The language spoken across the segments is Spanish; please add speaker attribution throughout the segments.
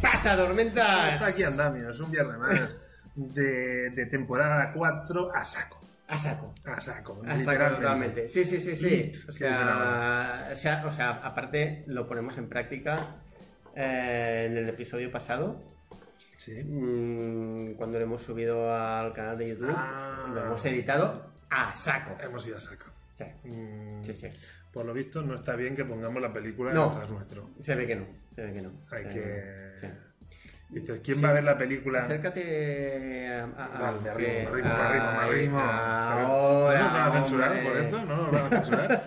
Speaker 1: pasa, tormentas?
Speaker 2: Aquí andamos, un viernes más de, de temporada 4 a saco.
Speaker 1: A saco.
Speaker 2: A saco,
Speaker 1: A saco
Speaker 2: literalmente.
Speaker 1: totalmente. Sí, sí, sí, sí.
Speaker 2: Lit,
Speaker 1: O
Speaker 2: que
Speaker 1: sea, o, sea, o sea, aparte lo ponemos en práctica eh, en el episodio pasado,
Speaker 2: Sí.
Speaker 1: mm, cuando lo hemos subido al canal de YouTube,
Speaker 2: Ah.
Speaker 1: lo hemos editado a saco.
Speaker 2: Hemos ido a saco.
Speaker 1: Sí,
Speaker 2: Mm,
Speaker 1: sí, sí.
Speaker 2: Por lo visto, no está bien que pongamos la película
Speaker 1: No.
Speaker 2: detrás nuestro.
Speaker 1: Se ve que no, se ve que no.
Speaker 2: Hay
Speaker 1: Eh,
Speaker 2: que.
Speaker 1: sí.
Speaker 2: Dices, ¿quién
Speaker 1: Sí.
Speaker 2: va a ver la película?
Speaker 1: Acércate a. a- a-
Speaker 2: Vale, me arrimo, me arrimo, me
Speaker 1: Ay,
Speaker 2: arrimo, me arrimo.
Speaker 1: Ahora,
Speaker 2: ¿No nos van a censurar
Speaker 1: hombre.
Speaker 2: por esto? ¿No nos van a censurar?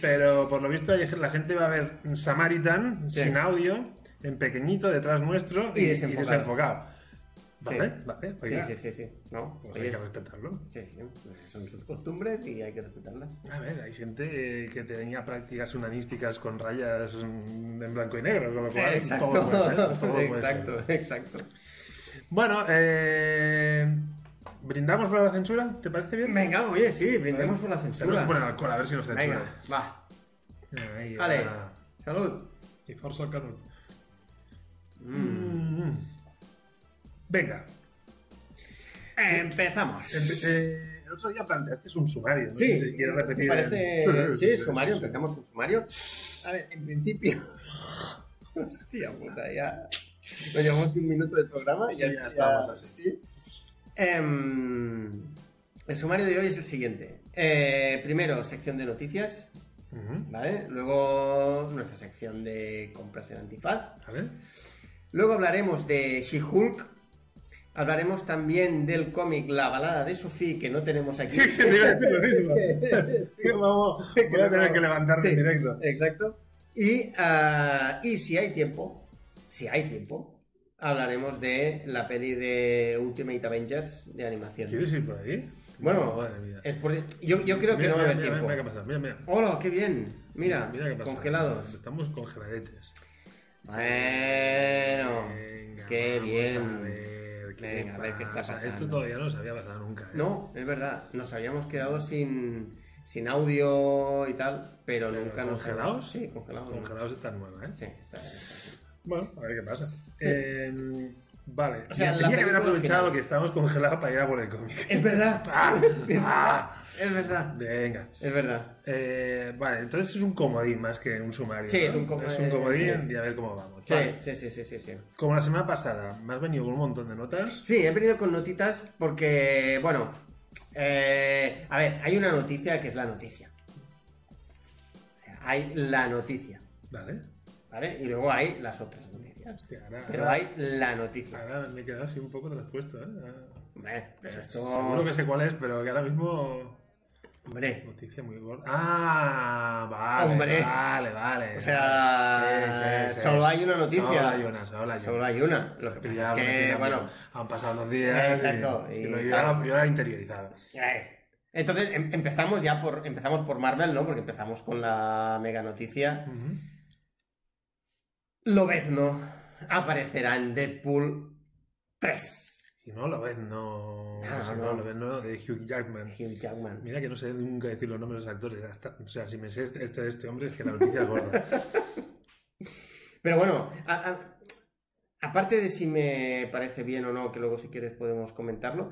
Speaker 2: Pero por lo visto hay- la gente va a ver Samaritan
Speaker 1: Sí.
Speaker 2: sin audio, en pequeñito, detrás nuestro
Speaker 1: Y
Speaker 2: y, y
Speaker 1: desenfocado.
Speaker 2: desenfocado. ¿Vale? ¿Vale? Oiga,
Speaker 1: Sí, sí, sí, sí. No,
Speaker 2: Pues hay
Speaker 1: oye,
Speaker 2: que respetarlo.
Speaker 1: sí, sí, son sus costumbres y hay que respetarlas.
Speaker 2: A ver, hay gente eh, que tenía prácticas unanísticas con rayas mm, en blanco y negro, con lo cual
Speaker 1: exacto,
Speaker 2: todo puede ser, todo puede ser.
Speaker 1: exacto, exacto.
Speaker 2: Bueno, eh, ¿brindamos por la censura? ¿Te parece bien?
Speaker 1: Venga, oye, sí, brindemos por la
Speaker 2: Tenemos que
Speaker 1: censura.
Speaker 2: poner alcohol, a ver si nos censura.
Speaker 1: Venga, va.
Speaker 2: Ahí,
Speaker 1: Vale,
Speaker 2: ah.
Speaker 1: salud.
Speaker 2: Y Forza Canut. Mm. Venga.
Speaker 1: Empezamos.
Speaker 2: Empe- eh, el otro día planteaste un sumario. No
Speaker 1: Sí,
Speaker 2: sé si quieres repetir.
Speaker 1: parece-
Speaker 2: el-
Speaker 1: Sí, sumario, empezamos con sumario. A ver, en principio. Hostia puta, ya. Nos llevamos un minuto de programa y ya,
Speaker 2: Sí, ya estamos así.
Speaker 1: sí. Em, el sumario de hoy es el siguiente. Eh, primero, sección de noticias,
Speaker 2: Ujú,
Speaker 1: ¿vale? Luego, nuestra sección de compras en antifaz.
Speaker 2: ¿Vale?
Speaker 1: Luego hablaremos de She-Hulk. Hablaremos también del cómic La balada de Sophie, que no tenemos aquí.
Speaker 2: Te iba a decir lo mismo.
Speaker 1: Sí.
Speaker 2: Vamos, voy a tener que levantarme
Speaker 1: Sí.
Speaker 2: en directo.
Speaker 1: Exacto. Y, ah, y si hay tiempo, si hay tiempo, hablaremos de la peli de Ultimate Avengers de animación.
Speaker 2: ¿Quieres ir por ahí?
Speaker 1: Bueno,
Speaker 2: Madre mía.
Speaker 1: es por- yo, yo creo que
Speaker 2: Mira,
Speaker 1: no
Speaker 2: mira,
Speaker 1: va a haber
Speaker 2: mira,
Speaker 1: tiempo.
Speaker 2: Mira qué pasa, mira, mira.
Speaker 1: Hola, qué bien. Mira,
Speaker 2: Mira qué pasa.
Speaker 1: congelados.
Speaker 2: Estamos congeladetes.
Speaker 1: Bueno,
Speaker 2: Venga,
Speaker 1: qué
Speaker 2: vamos
Speaker 1: bien.
Speaker 2: A ver, qué
Speaker 1: Venga, a ver qué está pasando.
Speaker 2: Esto todavía no se había pasado nunca. ¿eh?
Speaker 1: No, es verdad, nos habíamos quedado sin, sin audio y tal, pero,
Speaker 2: Pero
Speaker 1: nunca nos...
Speaker 2: congelados.
Speaker 1: Sí, congelados.
Speaker 2: Congelados está nueva, ¿eh?
Speaker 1: Sí, está está-
Speaker 2: Bueno, a ver qué pasa. Eh, vale.
Speaker 1: O sea, la
Speaker 2: tenía que haber
Speaker 1: película
Speaker 2: aprovechado
Speaker 1: final.
Speaker 2: que estábamos congelados para ir a por el cómic.
Speaker 1: Es verdad.
Speaker 2: ¡Ah! ¡Ah!
Speaker 1: Es verdad.
Speaker 2: Venga.
Speaker 1: Es verdad.
Speaker 2: Eh, vale, entonces es un comodín más que un sumario.
Speaker 1: Sí,
Speaker 2: ¿no?
Speaker 1: es un comodín,
Speaker 2: Es un comodín
Speaker 1: sí.
Speaker 2: y a ver cómo vamos.
Speaker 1: Sí,
Speaker 2: Vale.
Speaker 1: sí, sí, sí, sí, sí.
Speaker 2: Como la semana pasada, me has venido con un montón de notas.
Speaker 1: Sí, he venido con notitas porque, bueno, eh, a ver, hay una noticia que es la noticia. O sea, hay la noticia,
Speaker 2: Vale.
Speaker 1: ¿vale? Y luego hay las otras noticias.
Speaker 2: Hostia, ahora,
Speaker 1: Pero
Speaker 2: ahora-
Speaker 1: hay la noticia.
Speaker 2: ahora me he quedado así un poco traspuesto, ¿eh? Ah,
Speaker 1: Hombre, pues
Speaker 2: Seguro que
Speaker 1: esto...
Speaker 2: sé cuál es, pero que ahora mismo.
Speaker 1: Hombre,
Speaker 2: Noticia muy gorda. Ah, vale.
Speaker 1: Hombre.
Speaker 2: Vale, vale.
Speaker 1: o sea,
Speaker 2: Sí, sí, sí.
Speaker 1: solo hay una noticia.
Speaker 2: Solo hay una, solo hay una.
Speaker 1: Solo hay una. Lo que pasa
Speaker 2: Pillado,
Speaker 1: es que,
Speaker 2: pillado.
Speaker 1: bueno,
Speaker 2: han pasado los días.
Speaker 1: Exacto,
Speaker 2: Y,
Speaker 1: y
Speaker 2: y lo- yo,
Speaker 1: claro.
Speaker 2: ya lo- yo ya he interiorizado.
Speaker 1: Eh, Entonces em- empezamos ya por empezamos por Marvel, ¿no? Porque empezamos con la mega noticia. Lobezno aparecerá en Deadpool 3.
Speaker 2: Y no lo ves, no.
Speaker 1: No,
Speaker 2: o sea,
Speaker 1: no.
Speaker 2: lo ves, no, de Hugh Jackman.
Speaker 1: Hugh Jackman.
Speaker 2: Mira que no sé nunca decir los nombres de los actores. hasta- o sea, si me sé este, este, este hombre es que la noticia es gorda.
Speaker 1: Pero bueno, a- a- aparte de si me parece bien o no, que luego si quieres podemos comentarlo,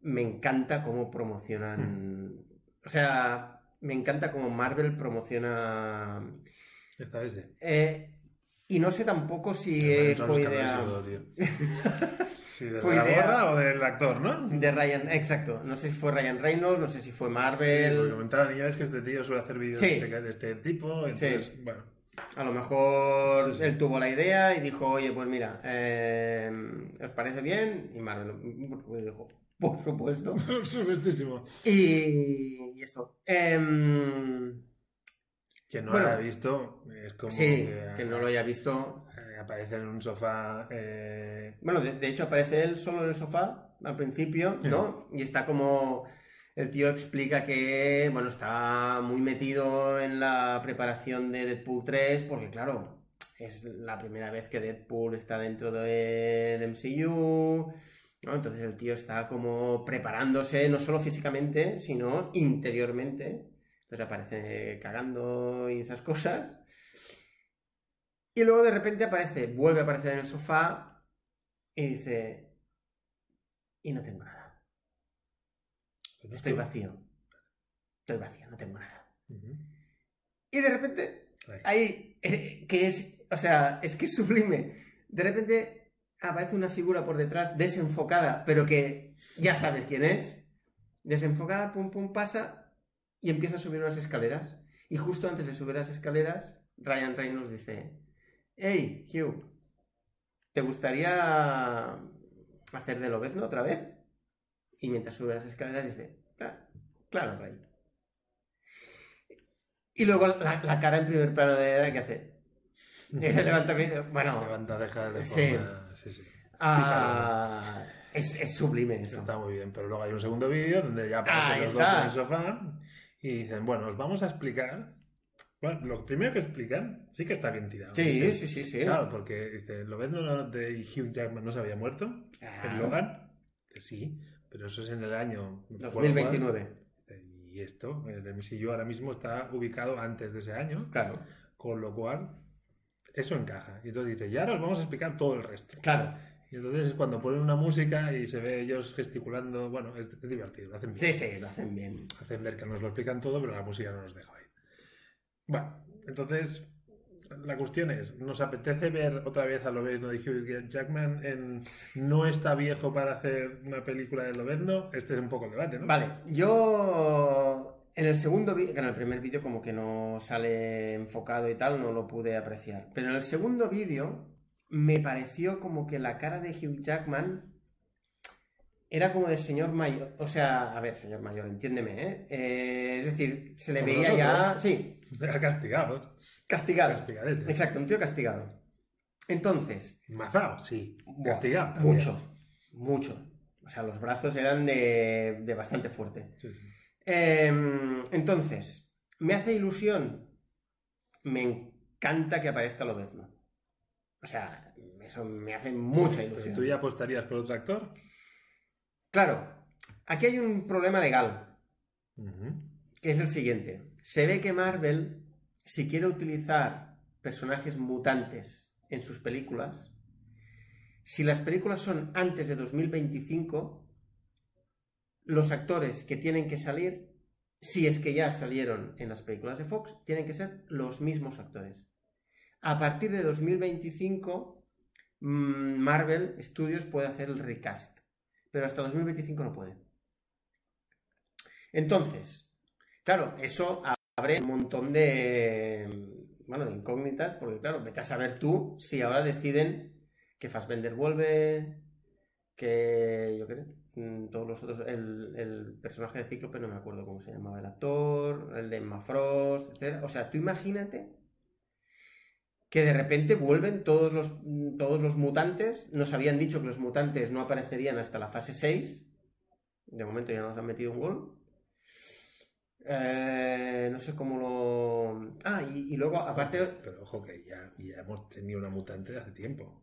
Speaker 1: me encanta cómo promocionan.
Speaker 2: Hmm.
Speaker 1: O sea, me encanta cómo Marvel promociona.
Speaker 2: Esta vez sí.
Speaker 1: eh, y no sé tampoco si eh,
Speaker 2: Son los
Speaker 1: fue
Speaker 2: cabrones
Speaker 1: idea.
Speaker 2: todos, tío. Sí, de
Speaker 1: Fue
Speaker 2: la
Speaker 1: idea.
Speaker 2: gorda o del actor, ¿no?
Speaker 1: De Ryan, exacto. No sé si fue Ryan Reynolds, no sé si fue
Speaker 2: Lo
Speaker 1: Marvel.
Speaker 2: comentaban ya es que este tío suele hacer vídeos
Speaker 1: Sí.
Speaker 2: de, este, de este tipo. Entonces, bueno.
Speaker 1: A lo mejor
Speaker 2: Sí, sí.
Speaker 1: él tuvo la idea y dijo, oye, pues mira, eh, ¿os parece bien? Y Marvel pues, dijo, por supuesto.
Speaker 2: Supuestísimo.
Speaker 1: Y, y eso. Em,
Speaker 2: Que no
Speaker 1: Bueno.
Speaker 2: lo haya visto, es como
Speaker 1: sí,
Speaker 2: que,
Speaker 1: que no lo haya visto.
Speaker 2: eh, aparece en un sofá eh,
Speaker 1: Bueno, de, de hecho aparece él solo en el sofá al principio, ¿no? Y está como... El tío explica que, bueno, está muy metido en la preparación de Deadpool 3 porque, claro, es la primera vez que Deadpool está dentro del MCU, ¿no? Entonces el tío está como preparándose, no solo físicamente, sino interiormente. Entonces aparece cagando y esas cosas. Y luego de repente aparece, vuelve a aparecer en el sofá y dice, y no tengo nada. Estoy vacío. Estoy vacío, no tengo nada.
Speaker 2: Ujú.
Speaker 1: Y de repente,
Speaker 2: Ahí.
Speaker 1: ahí, eh, que es, o sea, es que es sublime. De repente aparece una figura por detrás desenfocada, pero que ya sabes quién es. Desenfocada, pum, pum, pasa y empieza a subir unas escaleras. Y justo antes de subir las escaleras, Ryan Reynolds dice, hey, Hugh, ¿te gustaría hacer de Lobezno otra vez? Y mientras sube las escaleras dice, "Ah, claro, Ryan. Y luego la, la cara en primer plano de Eda que hace. Y se levanta y dice, bueno,
Speaker 2: Levanta, deja de
Speaker 1: Sí.
Speaker 2: forma- Sí, sí.
Speaker 1: ah, es, es sublime
Speaker 2: Eso
Speaker 1: eso.
Speaker 2: está muy bien, pero luego hay un segundo vídeo donde ya
Speaker 1: Ahí
Speaker 2: aparecen los dos
Speaker 1: está.
Speaker 2: en el sofá y dicen, bueno, os vamos a explicar. Bueno, lo primero que explican sí que está bien tirado.
Speaker 1: Sí, sí, sí, sí.
Speaker 2: Claro, porque dice, lo ves no, de Hugh Jackman no se había muerto
Speaker 1: Claro.
Speaker 2: en Logan, que sí, pero eso es en el año
Speaker 1: 2029,
Speaker 2: Y esto, el MCU ahora mismo está ubicado antes de ese año,
Speaker 1: claro,
Speaker 2: con lo cual eso encaja. Y entonces dice, y ahora os vamos a explicar todo el resto.
Speaker 1: claro.
Speaker 2: Y entonces es cuando ponen una música y se ve ellos gesticulando. Bueno, es, es divertido. lo Hacen, bien.
Speaker 1: Sí, sí, lo hacen bien.
Speaker 2: hacen ver que nos lo explican todo, pero la música no nos deja ahí. Bueno, entonces la cuestión es, ¿nos apetece ver otra vez a Lobezno y Hugh Jackman en No está viejo para hacer una película de Lobezno? Este es un poco el debate, ¿no?
Speaker 1: Vale, yo en el segundo vídeo, que en el primer vídeo como que no sale enfocado y tal, no lo pude apreciar. Pero en el segundo vídeo me pareció como que la cara de Hugh Jackman era como de señor mayor. O sea, a ver, señor mayor, entiéndeme, ¿eh? Eh, es decir, se le
Speaker 2: Como
Speaker 1: veía ya. Sí,
Speaker 2: Castigado.
Speaker 1: castigado.
Speaker 2: Castigadete.
Speaker 1: Exacto, un tío castigado. Entonces,
Speaker 2: Mazao, sí.
Speaker 1: Buah,
Speaker 2: Castigado. también.
Speaker 1: mucho, mucho. O sea, los brazos eran de, de bastante fuerte.
Speaker 2: Sí, sí.
Speaker 1: Em, entonces, me hace ilusión. Me encanta que aparezca Lobezno. O sea, eso me hace mucha
Speaker 2: Pero
Speaker 1: ilusión.
Speaker 2: ¿Tú ya apostarías por otro actor?
Speaker 1: Claro, aquí hay un problema legal,
Speaker 2: Ujú.
Speaker 1: que es el siguiente. Se ve que Marvel, si quiere utilizar personajes mutantes en sus películas, si las películas son antes de 2025, los actores que tienen que salir, si es que ya salieron en las películas de Fox, tienen que ser los mismos actores. A partir de 2025, mm, Marvel Studios puede hacer el recast, pero hasta 2025 no puede. Entonces, claro, eso abre un montón de, bueno, de incógnitas, porque claro, vete a saber tú si ahora deciden que Fassbender vuelve, que yo creo mm, todos los otros el, el personaje de Cíclope no me acuerdo cómo se llamaba el actor el de Emma Frost etcétera o sea tú imagínate que de repente vuelven todos los mm, todos los mutantes nos habían dicho que los mutantes no aparecerían hasta la fase 6 de momento ya nos han metido un gol Eh, no sé cómo lo ah y, y luego aparte
Speaker 2: Pero ojo que ya, ya hemos tenido una mutante de hace tiempo.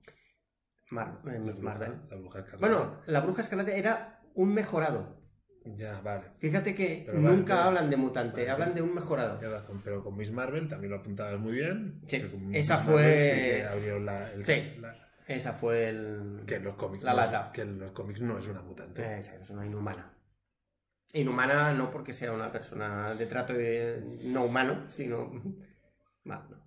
Speaker 1: Mar- eh, Miss Marvel
Speaker 2: La bruja escarlata.
Speaker 1: bueno la bruja escarlata era un mejorado
Speaker 2: Ya, vale.
Speaker 1: Fíjate que
Speaker 2: Pero vale,
Speaker 1: nunca
Speaker 2: vale.
Speaker 1: hablan de mutante,
Speaker 2: Vale.
Speaker 1: hablan de un mejorado.
Speaker 2: Tienes razón, pero con Miss Marvel también lo apuntabas muy bien.
Speaker 1: Sí,
Speaker 2: Que con
Speaker 1: esa
Speaker 2: Miss
Speaker 1: fue-
Speaker 2: Marvel sí que abrió la, el-
Speaker 1: Sí.
Speaker 2: la-
Speaker 1: Esa fue el.
Speaker 2: que en los cómics.
Speaker 1: La
Speaker 2: no es-
Speaker 1: lata.
Speaker 2: que en los cómics no es una mutante.
Speaker 1: Eh, esa es una inhumana. Inhumana no porque sea una persona de trato eh, no humano, sino. Mal, no.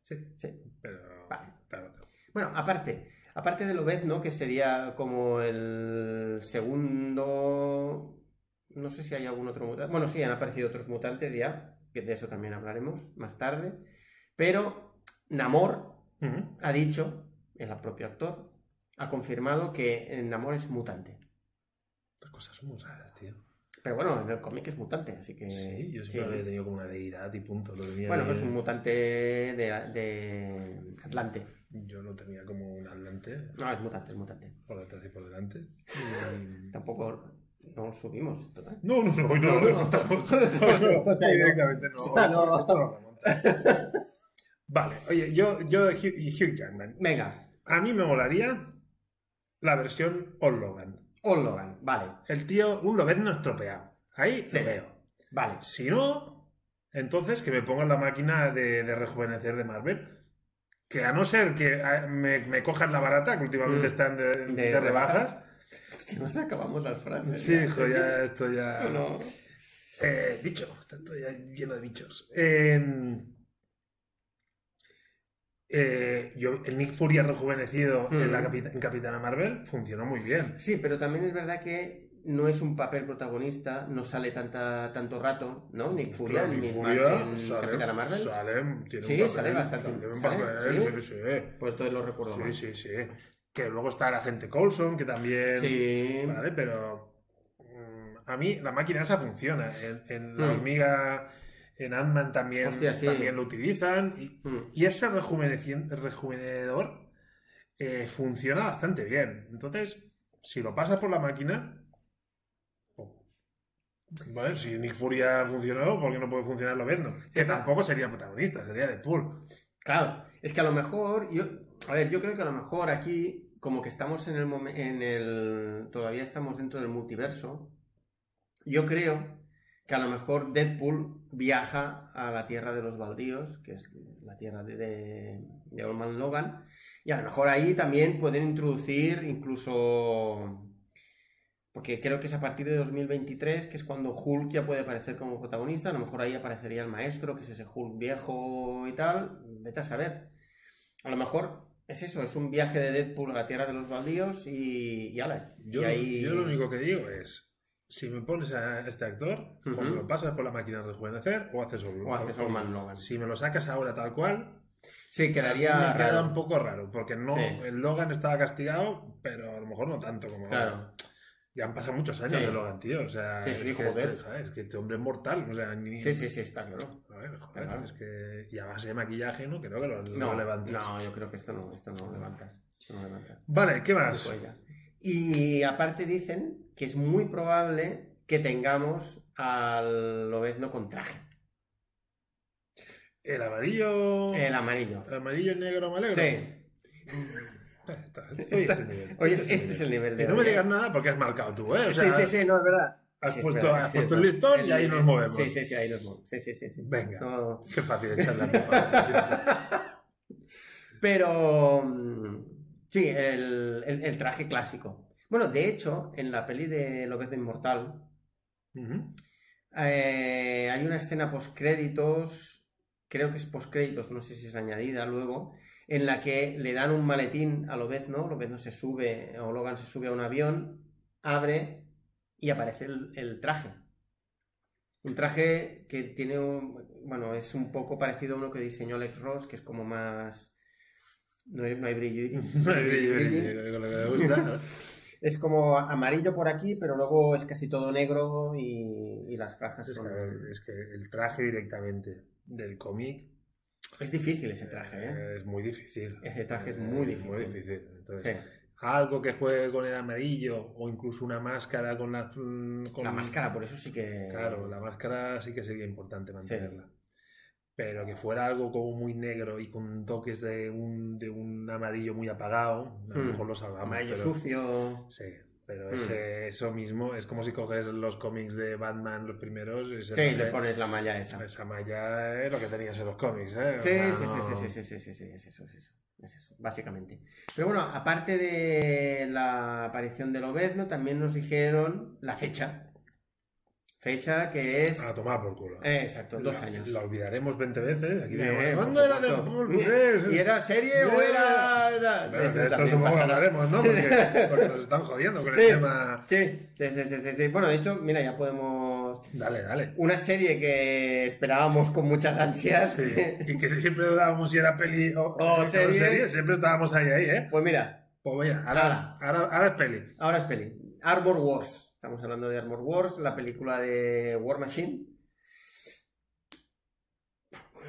Speaker 2: Sí,
Speaker 1: Sí.
Speaker 2: pero.
Speaker 1: Vale.
Speaker 2: claro,
Speaker 1: Bueno, aparte, aparte de Lobez, ¿no? Que sería como el segundo. No sé si hay algún otro mutante. Bueno, sí, han aparecido otros mutantes ya, que de eso también hablaremos más tarde. Pero Namor
Speaker 2: Ujú.
Speaker 1: ha dicho, el propio actor, ha confirmado que Namor es mutante.
Speaker 2: Estas cosas son muy raras, tío.
Speaker 1: Pero bueno, en el cómic es mutante, así que.
Speaker 2: sí, yo siempre había tenido como una deidad y punto. Lo tenía
Speaker 1: Eh, Bueno,
Speaker 2: ahí
Speaker 1: pues
Speaker 2: en-
Speaker 1: un mutante de, de Atlante.
Speaker 2: Yo lo tenía como un hablante
Speaker 1: No, es mutante, es mutante.
Speaker 2: por detrás y por delante. Y-
Speaker 1: Tampoco no lo subimos esto, ¿eh?
Speaker 2: No, no, no, hoy no,
Speaker 1: No,
Speaker 2: lo
Speaker 1: no.
Speaker 2: remontamos.
Speaker 1: O sea, no.
Speaker 2: directamente no.
Speaker 1: O sea, no.
Speaker 2: Esto lo remontamos. Vale, oye, yo, yo Hugh, Hugh Jackman,
Speaker 1: Venga,
Speaker 2: a mí me molaría la versión on Logan.
Speaker 1: All Logan, vale,
Speaker 2: El tío, un Lobezno estropeado. Ahí
Speaker 1: Sí.
Speaker 2: lo veo.
Speaker 1: vale.
Speaker 2: Si no, entonces que me pongan la máquina de, de rejuvenecer de Marvel. que a no ser que ah, me, me cojan la barata, que últimamente
Speaker 1: Mm.
Speaker 2: están de, de
Speaker 1: ¿De
Speaker 2: rebajas.
Speaker 1: Hostia, nos acabamos las frases.
Speaker 2: Sí,
Speaker 1: ya.
Speaker 2: hijo, ya esto ya.
Speaker 1: No.
Speaker 2: Eh, bicho, está todo ya lleno de bichos. Eh, eh, yo, el Nick Fury rejuvenecido en, la
Speaker 1: Mm.
Speaker 2: capit- en Capitana Marvel funcionó muy bien.
Speaker 1: Sí, pero también es verdad que no es un papel protagonista, no sale tanta, tanto rato, ¿no? Nick Fury,
Speaker 2: Pero
Speaker 1: ni
Speaker 2: Nick
Speaker 1: Batman,
Speaker 2: Furia
Speaker 1: en Capitana Marvel.
Speaker 2: sale, tiene
Speaker 1: Sí,
Speaker 2: un papel,
Speaker 1: sale bastante.
Speaker 2: tiene un
Speaker 1: Sale,
Speaker 2: papel, sí,
Speaker 1: Pues entonces lo recuerdo
Speaker 2: sí,
Speaker 1: mal.
Speaker 2: sí, sí, sí. Que luego está la gente Coulson, que también.
Speaker 1: Sí.
Speaker 2: Vale, pero mm, a mí la máquina esa funciona. En, en la
Speaker 1: Mm.
Speaker 2: hormiga, en Ant-Man también,
Speaker 1: Hostia, sí.
Speaker 2: también lo utilizan. Y,
Speaker 1: Mm.
Speaker 2: y ese rejuveneci- rejuvenedor eh, funciona bastante bien. Entonces, si lo pasas por la máquina. oh, Vale, si Nick Fury ha funcionado, ¿por qué no puede funcionar lo vendo? Que
Speaker 1: claro.
Speaker 2: tampoco sería protagonista, sería Deadpool.
Speaker 1: Claro, es que a lo mejor, yo, a ver, yo creo que a lo mejor aquí, como que estamos en el momen- en el, todavía estamos dentro del multiverso, yo creo que a lo mejor Deadpool viaja a la tierra de los baldíos, que es la tierra de, de, de Old Man Logan, y a lo mejor ahí también pueden introducir incluso, porque creo que es a partir de 2023, que es cuando Hulk ya puede aparecer como protagonista, a lo mejor ahí aparecería el maestro, que es ese Hulk viejo y tal, vete a saber. A lo mejor es eso, es un viaje de Deadpool a la tierra de los baldíos y, y ala.
Speaker 2: Yo,
Speaker 1: y ahí...
Speaker 2: yo lo único que digo es. Si me pones a este actor, o me
Speaker 1: Ujú.
Speaker 2: lo pasas por la máquina de rejuvenecer, o haces un-
Speaker 1: O haces Old Man Logan.
Speaker 2: Si me lo sacas ahora tal cual,
Speaker 1: Sí, quedaría
Speaker 2: me queda
Speaker 1: raro.
Speaker 2: un poco raro, porque no,
Speaker 1: Sí.
Speaker 2: el Logan estaba castigado, pero a lo mejor no tanto como ahora.
Speaker 1: Claro.
Speaker 2: Ya han pasado muchos años
Speaker 1: Sí.
Speaker 2: de Logan, tío. O sea,
Speaker 1: Sí, sí,
Speaker 2: es, que,
Speaker 1: joder.
Speaker 2: este- joder, es que este hombre es mortal. O sea, ni-
Speaker 1: Sí, sí, sí, está claro.
Speaker 2: A ver, joder,
Speaker 1: Claro.
Speaker 2: es que. Y a base de maquillaje, no creo que lo, lo
Speaker 1: No,
Speaker 2: levantes.
Speaker 1: no, yo creo que esto no, esto no lo levantas. Esto no lo levantas.
Speaker 2: Vale, ¿qué más?
Speaker 1: Pues ya. Y aparte dicen que es muy probable que tengamos al Lobezno con traje.
Speaker 2: El amarillo.
Speaker 1: El amarillo.
Speaker 2: Amarillo, Oh. negro, me alegro. Esta-
Speaker 1: Sí.
Speaker 2: Oye, ese nivel,
Speaker 1: Oye,
Speaker 2: este
Speaker 1: este es el nivel de
Speaker 2: Y no me
Speaker 1: hoy, ¿eh?
Speaker 2: digas nada porque has marcado tú, ¿eh? O sea,
Speaker 1: sí, sí, sí, no, es verdad.
Speaker 2: Has
Speaker 1: Sí, es
Speaker 2: puesto,
Speaker 1: verdad,
Speaker 2: has
Speaker 1: sí,
Speaker 2: puesto
Speaker 1: es
Speaker 2: el
Speaker 1: verdad.
Speaker 2: listón y ahí nos movemos.
Speaker 1: Sí, sí, sí, ahí nos movemos. Sí, sí, sí. sí.
Speaker 2: Venga.
Speaker 1: No,
Speaker 2: Qué fácil echar la culpa.
Speaker 1: Pero mm, sí, el, el- el traje clásico. Bueno, de hecho, en la peli de López de Inmortal
Speaker 2: Ujú.
Speaker 1: eh, hay una escena postcréditos, creo que es postcréditos, no sé si es añadida luego, en la que le dan un maletín a Lobezno, Lobezno se sube, o Logan se sube a un avión, abre y aparece el, el traje. Un traje que tiene un, bueno, es un poco parecido a uno que diseñó Alex Ross, que es como más... No hay, no hay brillo.
Speaker 2: Con lo que me gusta, ¿no?
Speaker 1: Es como amarillo por aquí, pero luego es casi todo negro y, y las franjas
Speaker 2: Es que,
Speaker 1: son-
Speaker 2: a ver, es que el traje directamente del cómic
Speaker 1: Es difícil ese traje, ¿eh?
Speaker 2: eh, es muy difícil.
Speaker 1: Ese traje es muy difícil.
Speaker 2: Entonces,
Speaker 1: Sí.
Speaker 2: Algo que juegue con el amarillo o incluso una máscara con la... mm, Con...
Speaker 1: La máscara, por eso sí que.
Speaker 2: Claro, la máscara sí que sería importante mantenerla. Pero que fuera algo como muy negro y con toques de un, de un amarillo muy apagado, a lo
Speaker 1: Mm.
Speaker 2: mejor lo salvamos.
Speaker 1: Amarillo
Speaker 2: pero-
Speaker 1: sucio.
Speaker 2: Sí, pero
Speaker 1: Mm.
Speaker 2: ese- eso mismo es como si coges los cómics de Batman, los primeros, y se
Speaker 1: Sí, le
Speaker 2: coge-
Speaker 1: pones la malla esa.
Speaker 2: esa malla es lo que tenías en los cómics, ¿eh? O
Speaker 1: Sí,
Speaker 2: sea,
Speaker 1: sí, sí,
Speaker 2: no-
Speaker 1: sí, sí, sí, sí, sí, sí, es eso, es eso. Es eso, básicamente. Pero bueno, aparte de la aparición de Lobezno, también nos dijeron la fecha. Fecha que es.
Speaker 2: A tomar por culo.
Speaker 1: Eh, exacto, dos
Speaker 2: Ah, La-
Speaker 1: años.
Speaker 2: La olvidaremos 20 veces. Aquí
Speaker 1: Eh,
Speaker 2: diremos,
Speaker 1: por
Speaker 2: ¿Cuándo era
Speaker 1: supuesto.
Speaker 2: Deadpool 3?
Speaker 1: ¿Y era serie o
Speaker 2: Eh,
Speaker 1: era.? era-
Speaker 2: Bueno,
Speaker 1: Eso
Speaker 2: de esto
Speaker 1: también
Speaker 2: supongo que
Speaker 1: pasará.
Speaker 2: hablaremos, ¿no? Porque, porque nos están jodiendo con
Speaker 1: Sí.
Speaker 2: el tema.
Speaker 1: Sí, sí, sí, sí, sí, sí. Bueno, de hecho, mira, ya podemos
Speaker 2: Dale, dale.
Speaker 1: Una serie que esperábamos con muchas ansias.
Speaker 2: Sí. Y que siempre dudábamos si era peli o,
Speaker 1: O serie.
Speaker 2: siempre estábamos ahí, ahí, ¿eh?
Speaker 1: Pues mira,
Speaker 2: Pues mira, ahora, ahora, ahora es peli.
Speaker 1: ahora es peli. Armor Wars. Estamos hablando de Armor Wars, la película de War Machine.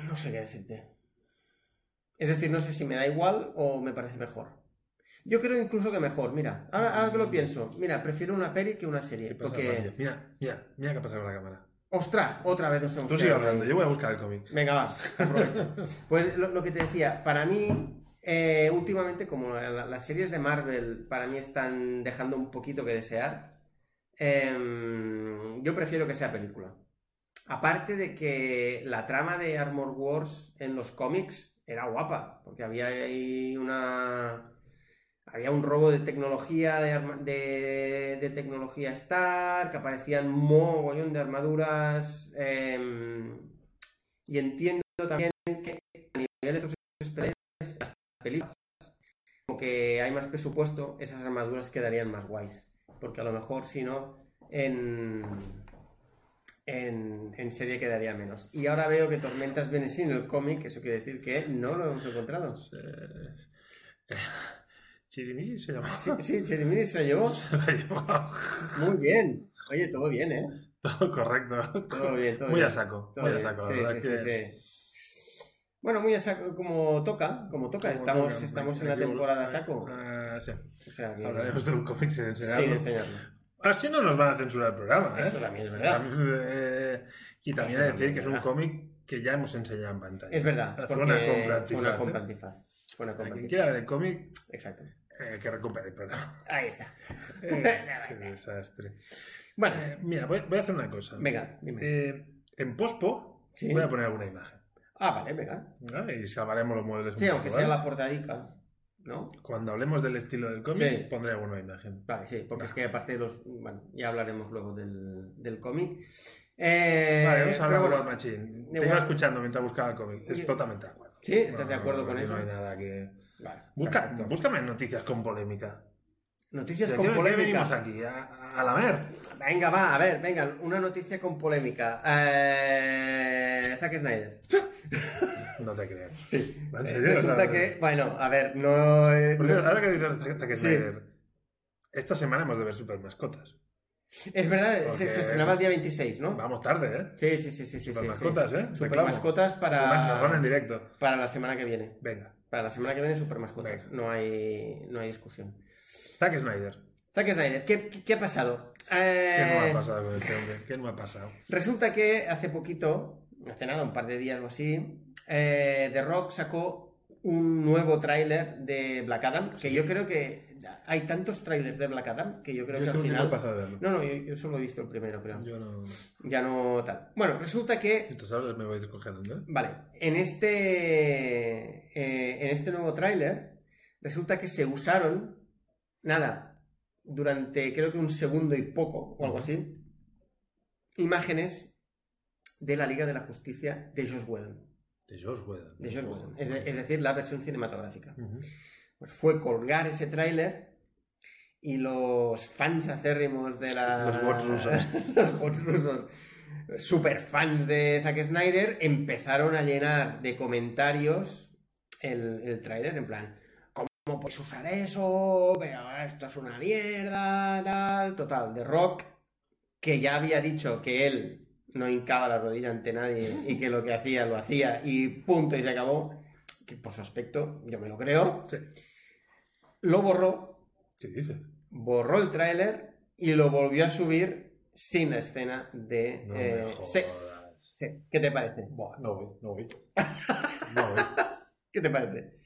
Speaker 1: No sé qué decirte. Es decir, no sé si me da igual o me parece mejor. Yo creo incluso que mejor, mira. Ahora, ahora que lo pienso, mira, prefiero una peli que una serie.
Speaker 2: ¿Qué Mm. pasa, Mario?
Speaker 1: Porque,
Speaker 2: Mira, mira, mira qué ha pasado con la cámara.
Speaker 1: ostras, otra vez nos hemos
Speaker 2: Tú sigue
Speaker 1: quedado
Speaker 2: hablando,
Speaker 1: ahí.
Speaker 2: yo voy a buscar el cómic.
Speaker 1: Venga, va, aprovecho. Pues lo, lo que te decía, para mí, eh, últimamente, como la- la- las series de Marvel para mí están dejando un poquito que desear, em, yo prefiero que sea película. Aparte de que la trama de Armor Wars en los cómics era guapa, porque había ahí una... Había un robo de tecnología, de, arma- de, de tecnología Star, que aparecían mogollón de armaduras. em, y entiendo también que a nivel de estos especiales, las películas, como que hay más presupuesto, esas armaduras quedarían más guays. Porque a lo mejor, si no, en, en, en serie quedaría menos. Y ahora veo que Tormentas viene sin el cómic, eso quiere decir que no lo hemos encontrado.
Speaker 2: Pues, Eh, Chirimiri se llama.
Speaker 1: Sí, sí, Chirimiri se lo llevó.
Speaker 2: Se la llevó.
Speaker 1: Muy bien. Oye, todo bien, ¿eh?
Speaker 2: Todo correcto.
Speaker 1: Todo bien, todo
Speaker 2: Muy
Speaker 1: bien.
Speaker 2: a saco.
Speaker 1: Todo
Speaker 2: Muy a
Speaker 1: bien.
Speaker 2: saco. la
Speaker 1: Sí,
Speaker 2: verdad
Speaker 1: sí,
Speaker 2: que-
Speaker 1: sí, sí. Bueno, muy a saco, como toca, como toca,
Speaker 2: Como
Speaker 1: estamos,
Speaker 2: toca,
Speaker 1: estamos en
Speaker 2: me
Speaker 1: la
Speaker 2: equivoco.
Speaker 1: temporada a saco.
Speaker 2: Ah, sí.
Speaker 1: O sea que...
Speaker 2: Hablaremos de un cómic sin enseñarlo.
Speaker 1: Sin enseñarlo.
Speaker 2: Así no nos van a censurar el programa, ¿eh?
Speaker 1: Eso también es verdad.
Speaker 2: Eh, y también
Speaker 1: Eso
Speaker 2: hay que decir
Speaker 1: también
Speaker 2: que es un
Speaker 1: es verdad.
Speaker 2: cómic que ya hemos enseñado en pantalla.
Speaker 1: Es verdad,
Speaker 2: Fue
Speaker 1: porque
Speaker 2: una compra
Speaker 1: fue
Speaker 2: antifaz,
Speaker 1: una
Speaker 2: ¿eh?
Speaker 1: compra antifaz. Fue una compra
Speaker 2: Quien
Speaker 1: antifaz.
Speaker 2: quiera ver el cómic,
Speaker 1: Exacto.
Speaker 2: eh, que recupere el programa.
Speaker 1: Ahí está.
Speaker 2: Eh, qué desastre.
Speaker 1: Bueno,
Speaker 2: Eh, mira, voy, voy a hacer una cosa.
Speaker 1: venga, dime.
Speaker 2: Eh, en pospo
Speaker 1: Sí.
Speaker 2: voy a poner alguna imagen.
Speaker 1: Ah, vale, venga.
Speaker 2: ¿no? Y salvaremos los muebles. un
Speaker 1: Sí,
Speaker 2: poco,
Speaker 1: aunque
Speaker 2: ¿vale?
Speaker 1: sea la portadica, ¿no?
Speaker 2: Cuando hablemos del estilo del cómic,
Speaker 1: Sí.
Speaker 2: pondré alguna imagen.
Speaker 1: Vale, sí, porque es que aparte de los... Bueno, ya hablaremos luego del, del cómic. Eh,
Speaker 2: vale, vamos a hablar
Speaker 1: pero
Speaker 2: de
Speaker 1: bueno,
Speaker 2: War Machine. Te
Speaker 1: igual-
Speaker 2: iba escuchando mientras buscaba el cómic. Es
Speaker 1: Yo-
Speaker 2: totalmente de acuerdo.
Speaker 1: ¿Sí? ¿Estás de acuerdo
Speaker 2: no,
Speaker 1: con
Speaker 2: aquí
Speaker 1: eso?
Speaker 2: No hay nada que...
Speaker 1: Vale,
Speaker 2: Busca,
Speaker 1: perfecto.
Speaker 2: búscame en noticias con polémica.
Speaker 1: Noticias
Speaker 2: ¿De
Speaker 1: con
Speaker 2: qué- qué venimos
Speaker 1: polémica.
Speaker 2: aquí? A, a la ver.
Speaker 1: Venga, va, a ver, venga, una noticia con polémica. Eh, Zack Snyder.
Speaker 2: No te creas. Eh,
Speaker 1: Sí.
Speaker 2: ¿En serio?
Speaker 1: Resulta que, bueno, a ver, no. eh,
Speaker 2: Por
Speaker 1: no-
Speaker 2: cierto, ahora que dices Zack- Zack
Speaker 1: Sí.
Speaker 2: Snyder, esta semana hemos de ver Super Mascotas.
Speaker 1: es verdad,
Speaker 2: Porque-
Speaker 1: se, se estrenaba el día 26, ¿no?
Speaker 2: Vamos tarde, ¿eh?
Speaker 1: Sí, sí, sí, sí. sí,
Speaker 2: Super
Speaker 1: sí,
Speaker 2: Mascotas,
Speaker 1: sí.
Speaker 2: ¿eh?
Speaker 1: Super
Speaker 2: Reclamo.
Speaker 1: mascotas
Speaker 2: Mazarrón en
Speaker 1: para,
Speaker 2: directo.
Speaker 1: para la semana que viene.
Speaker 2: Venga.
Speaker 1: Para la semana que viene, super mascotas. No hay, no hay discusión.
Speaker 2: Zack Snyder.
Speaker 1: Zack Snyder, ¿qué, qué, qué ha pasado?
Speaker 2: ¿Qué
Speaker 1: Eh,
Speaker 2: no ha pasado con este hombre? ¿Qué no ha pasado?
Speaker 1: Resulta que hace poquito, hace nada, un par de días o así, eh, The Rock sacó un nuevo tráiler de Black Adam, que yo creo que hay tantos tráilers de Black Adam que yo creo
Speaker 2: yo
Speaker 1: que
Speaker 2: este
Speaker 1: al
Speaker 2: último he
Speaker 1: final...
Speaker 2: pasado de verlo.
Speaker 1: No, no, yo, yo solo he visto el primero, creo.
Speaker 2: Yo no.
Speaker 1: Ya no tal. Bueno, resulta que...
Speaker 2: Mientras hablas me voy descogiendo, ¿eh?
Speaker 1: Vale, en este, eh, en este nuevo tráiler resulta que se usaron, nada, durante creo que un segundo y poco o algo así, imágenes de la Liga de la Justicia de Josh Whedon.
Speaker 2: De Josh Whedon.
Speaker 1: De Joss Whedon, es, de-
Speaker 2: Ujú.
Speaker 1: es decir, la versión cinematográfica. Pues fue colgar ese tráiler y los fans acérrimos de la...
Speaker 2: Los bots rusos.
Speaker 1: los bots rusos, super fans de Zack Snyder, empezaron a llenar de comentarios el, el tráiler, en plan, ¿cómo puedes usar eso? Pero esto es una mierda, tal, total. De Rock, que ya había dicho que él no hincaba la rodilla ante nadie y que lo que hacía lo hacía y punto y se acabó, que por su aspecto yo me lo creo,
Speaker 2: Sí.
Speaker 1: lo borró
Speaker 2: ¿Qué dices?
Speaker 1: borró el tráiler y lo volvió a subir sin la escena de...
Speaker 2: No
Speaker 1: eh,
Speaker 2: me jodas.
Speaker 1: sí, sí. ¿Qué te parece?
Speaker 2: Buah, no voy, no voy. No voy.
Speaker 1: ¿Qué te parece?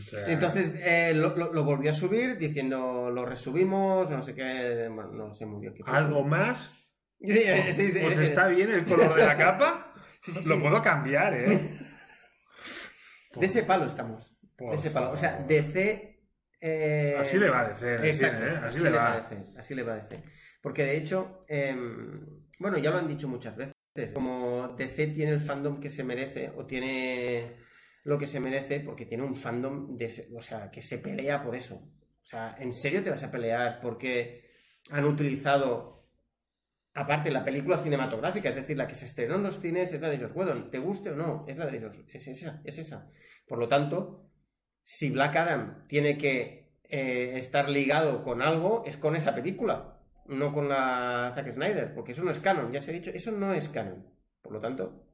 Speaker 2: O sea,
Speaker 1: Entonces eh, lo, lo- lo volvió a subir diciendo lo resubimos, no sé qué, bueno, no sé muy bien qué. pasó.
Speaker 2: ¿Algo más?
Speaker 1: Sí, eh, sí, sí,
Speaker 2: pues
Speaker 1: eh,
Speaker 2: está bien el color de la capa. Lo puedo cambiar, ¿eh?
Speaker 1: De ese palo estamos.
Speaker 2: Por
Speaker 1: de ese palo. O sea,
Speaker 2: favor.
Speaker 1: DC... eh,
Speaker 2: Así le va a decir.
Speaker 1: Exacto,
Speaker 2: ¿eh? Así, le va.
Speaker 1: parece, así le parece. Porque de hecho, eh, bueno, ya lo han dicho muchas veces, como DC tiene el fandom que se merece o tiene lo que se merece porque tiene un fandom de, ese- o sea, que se pelea por eso. O sea, ¿en serio te vas a pelear porque han utilizado aparte la película cinematográfica, es decir, la que se estrenó en los cines es la de Joss Whedon, te guste o no, es la de Joss, es esa, es esa. Por lo tanto, si Black Adam tiene que eh, estar ligado con algo, es con esa película, no con la Zack Snyder, porque eso no es canon, ya se ha dicho, eso no es canon. Por lo tanto.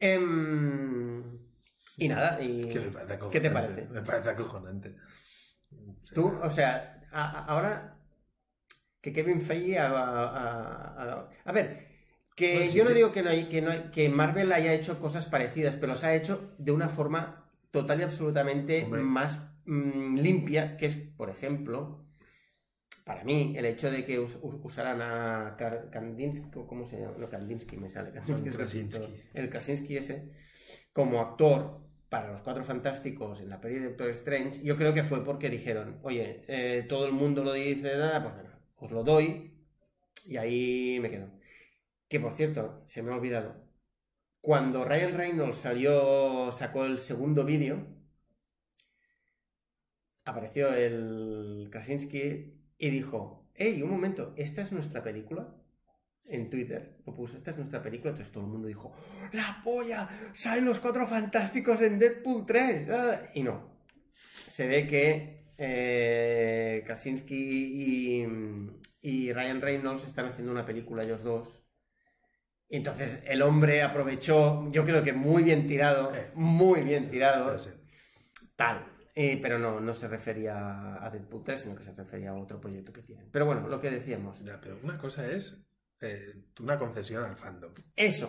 Speaker 1: em, y nada, y.
Speaker 2: Que me parece acojonante.
Speaker 1: ¿Qué te parece?
Speaker 2: Me parece acojonante. O sea,
Speaker 1: Tú, o sea, a- a- ahora que Kevin Feige a, a- a- a- a ver, que
Speaker 2: Bueno, sí,
Speaker 1: yo no
Speaker 2: que-
Speaker 1: digo que no hay, que no hay- que Marvel haya hecho cosas parecidas, pero las ha hecho de una forma total y absolutamente
Speaker 2: Hombre.
Speaker 1: más mm, limpia, que es, por ejemplo, para mí, el hecho de que us- us- usaran a Kar- Kandinsky, ¿cómo se llama? No, Kandinsky me sale. Kandinsky es el
Speaker 2: Krasinski.
Speaker 1: pintor. El Krasinski ese, como actor para los Cuatro Fantásticos en la peli de Doctor Strange, yo creo que fue porque dijeron, oye, eh, todo el mundo lo dice, nada, pues nada, os lo doy y ahí me quedo. Que por cierto, se me ha olvidado, cuando Ryan Reynolds salió, sacó el segundo vídeo, apareció el Krasinski y dijo, hey, un momento, ¿esta es nuestra película? En Twitter lo puso, esta es nuestra película, entonces todo el mundo dijo, ¡la polla! ¡Salen los cuatro fantásticos en Deadpool 3! ¡Ah! Y no. Se ve que eh, Krasinski y, y Ryan Reynolds están haciendo una película ellos dos entonces el hombre aprovechó, yo creo que muy bien tirado, muy bien tirado, tal. Eh, pero no, no se refería a Deadpool 3, sino que se refería a otro proyecto que tienen. Pero bueno, lo que decíamos.
Speaker 2: Ya, pero una cosa es eh, una concesión al fandom.
Speaker 1: Eso.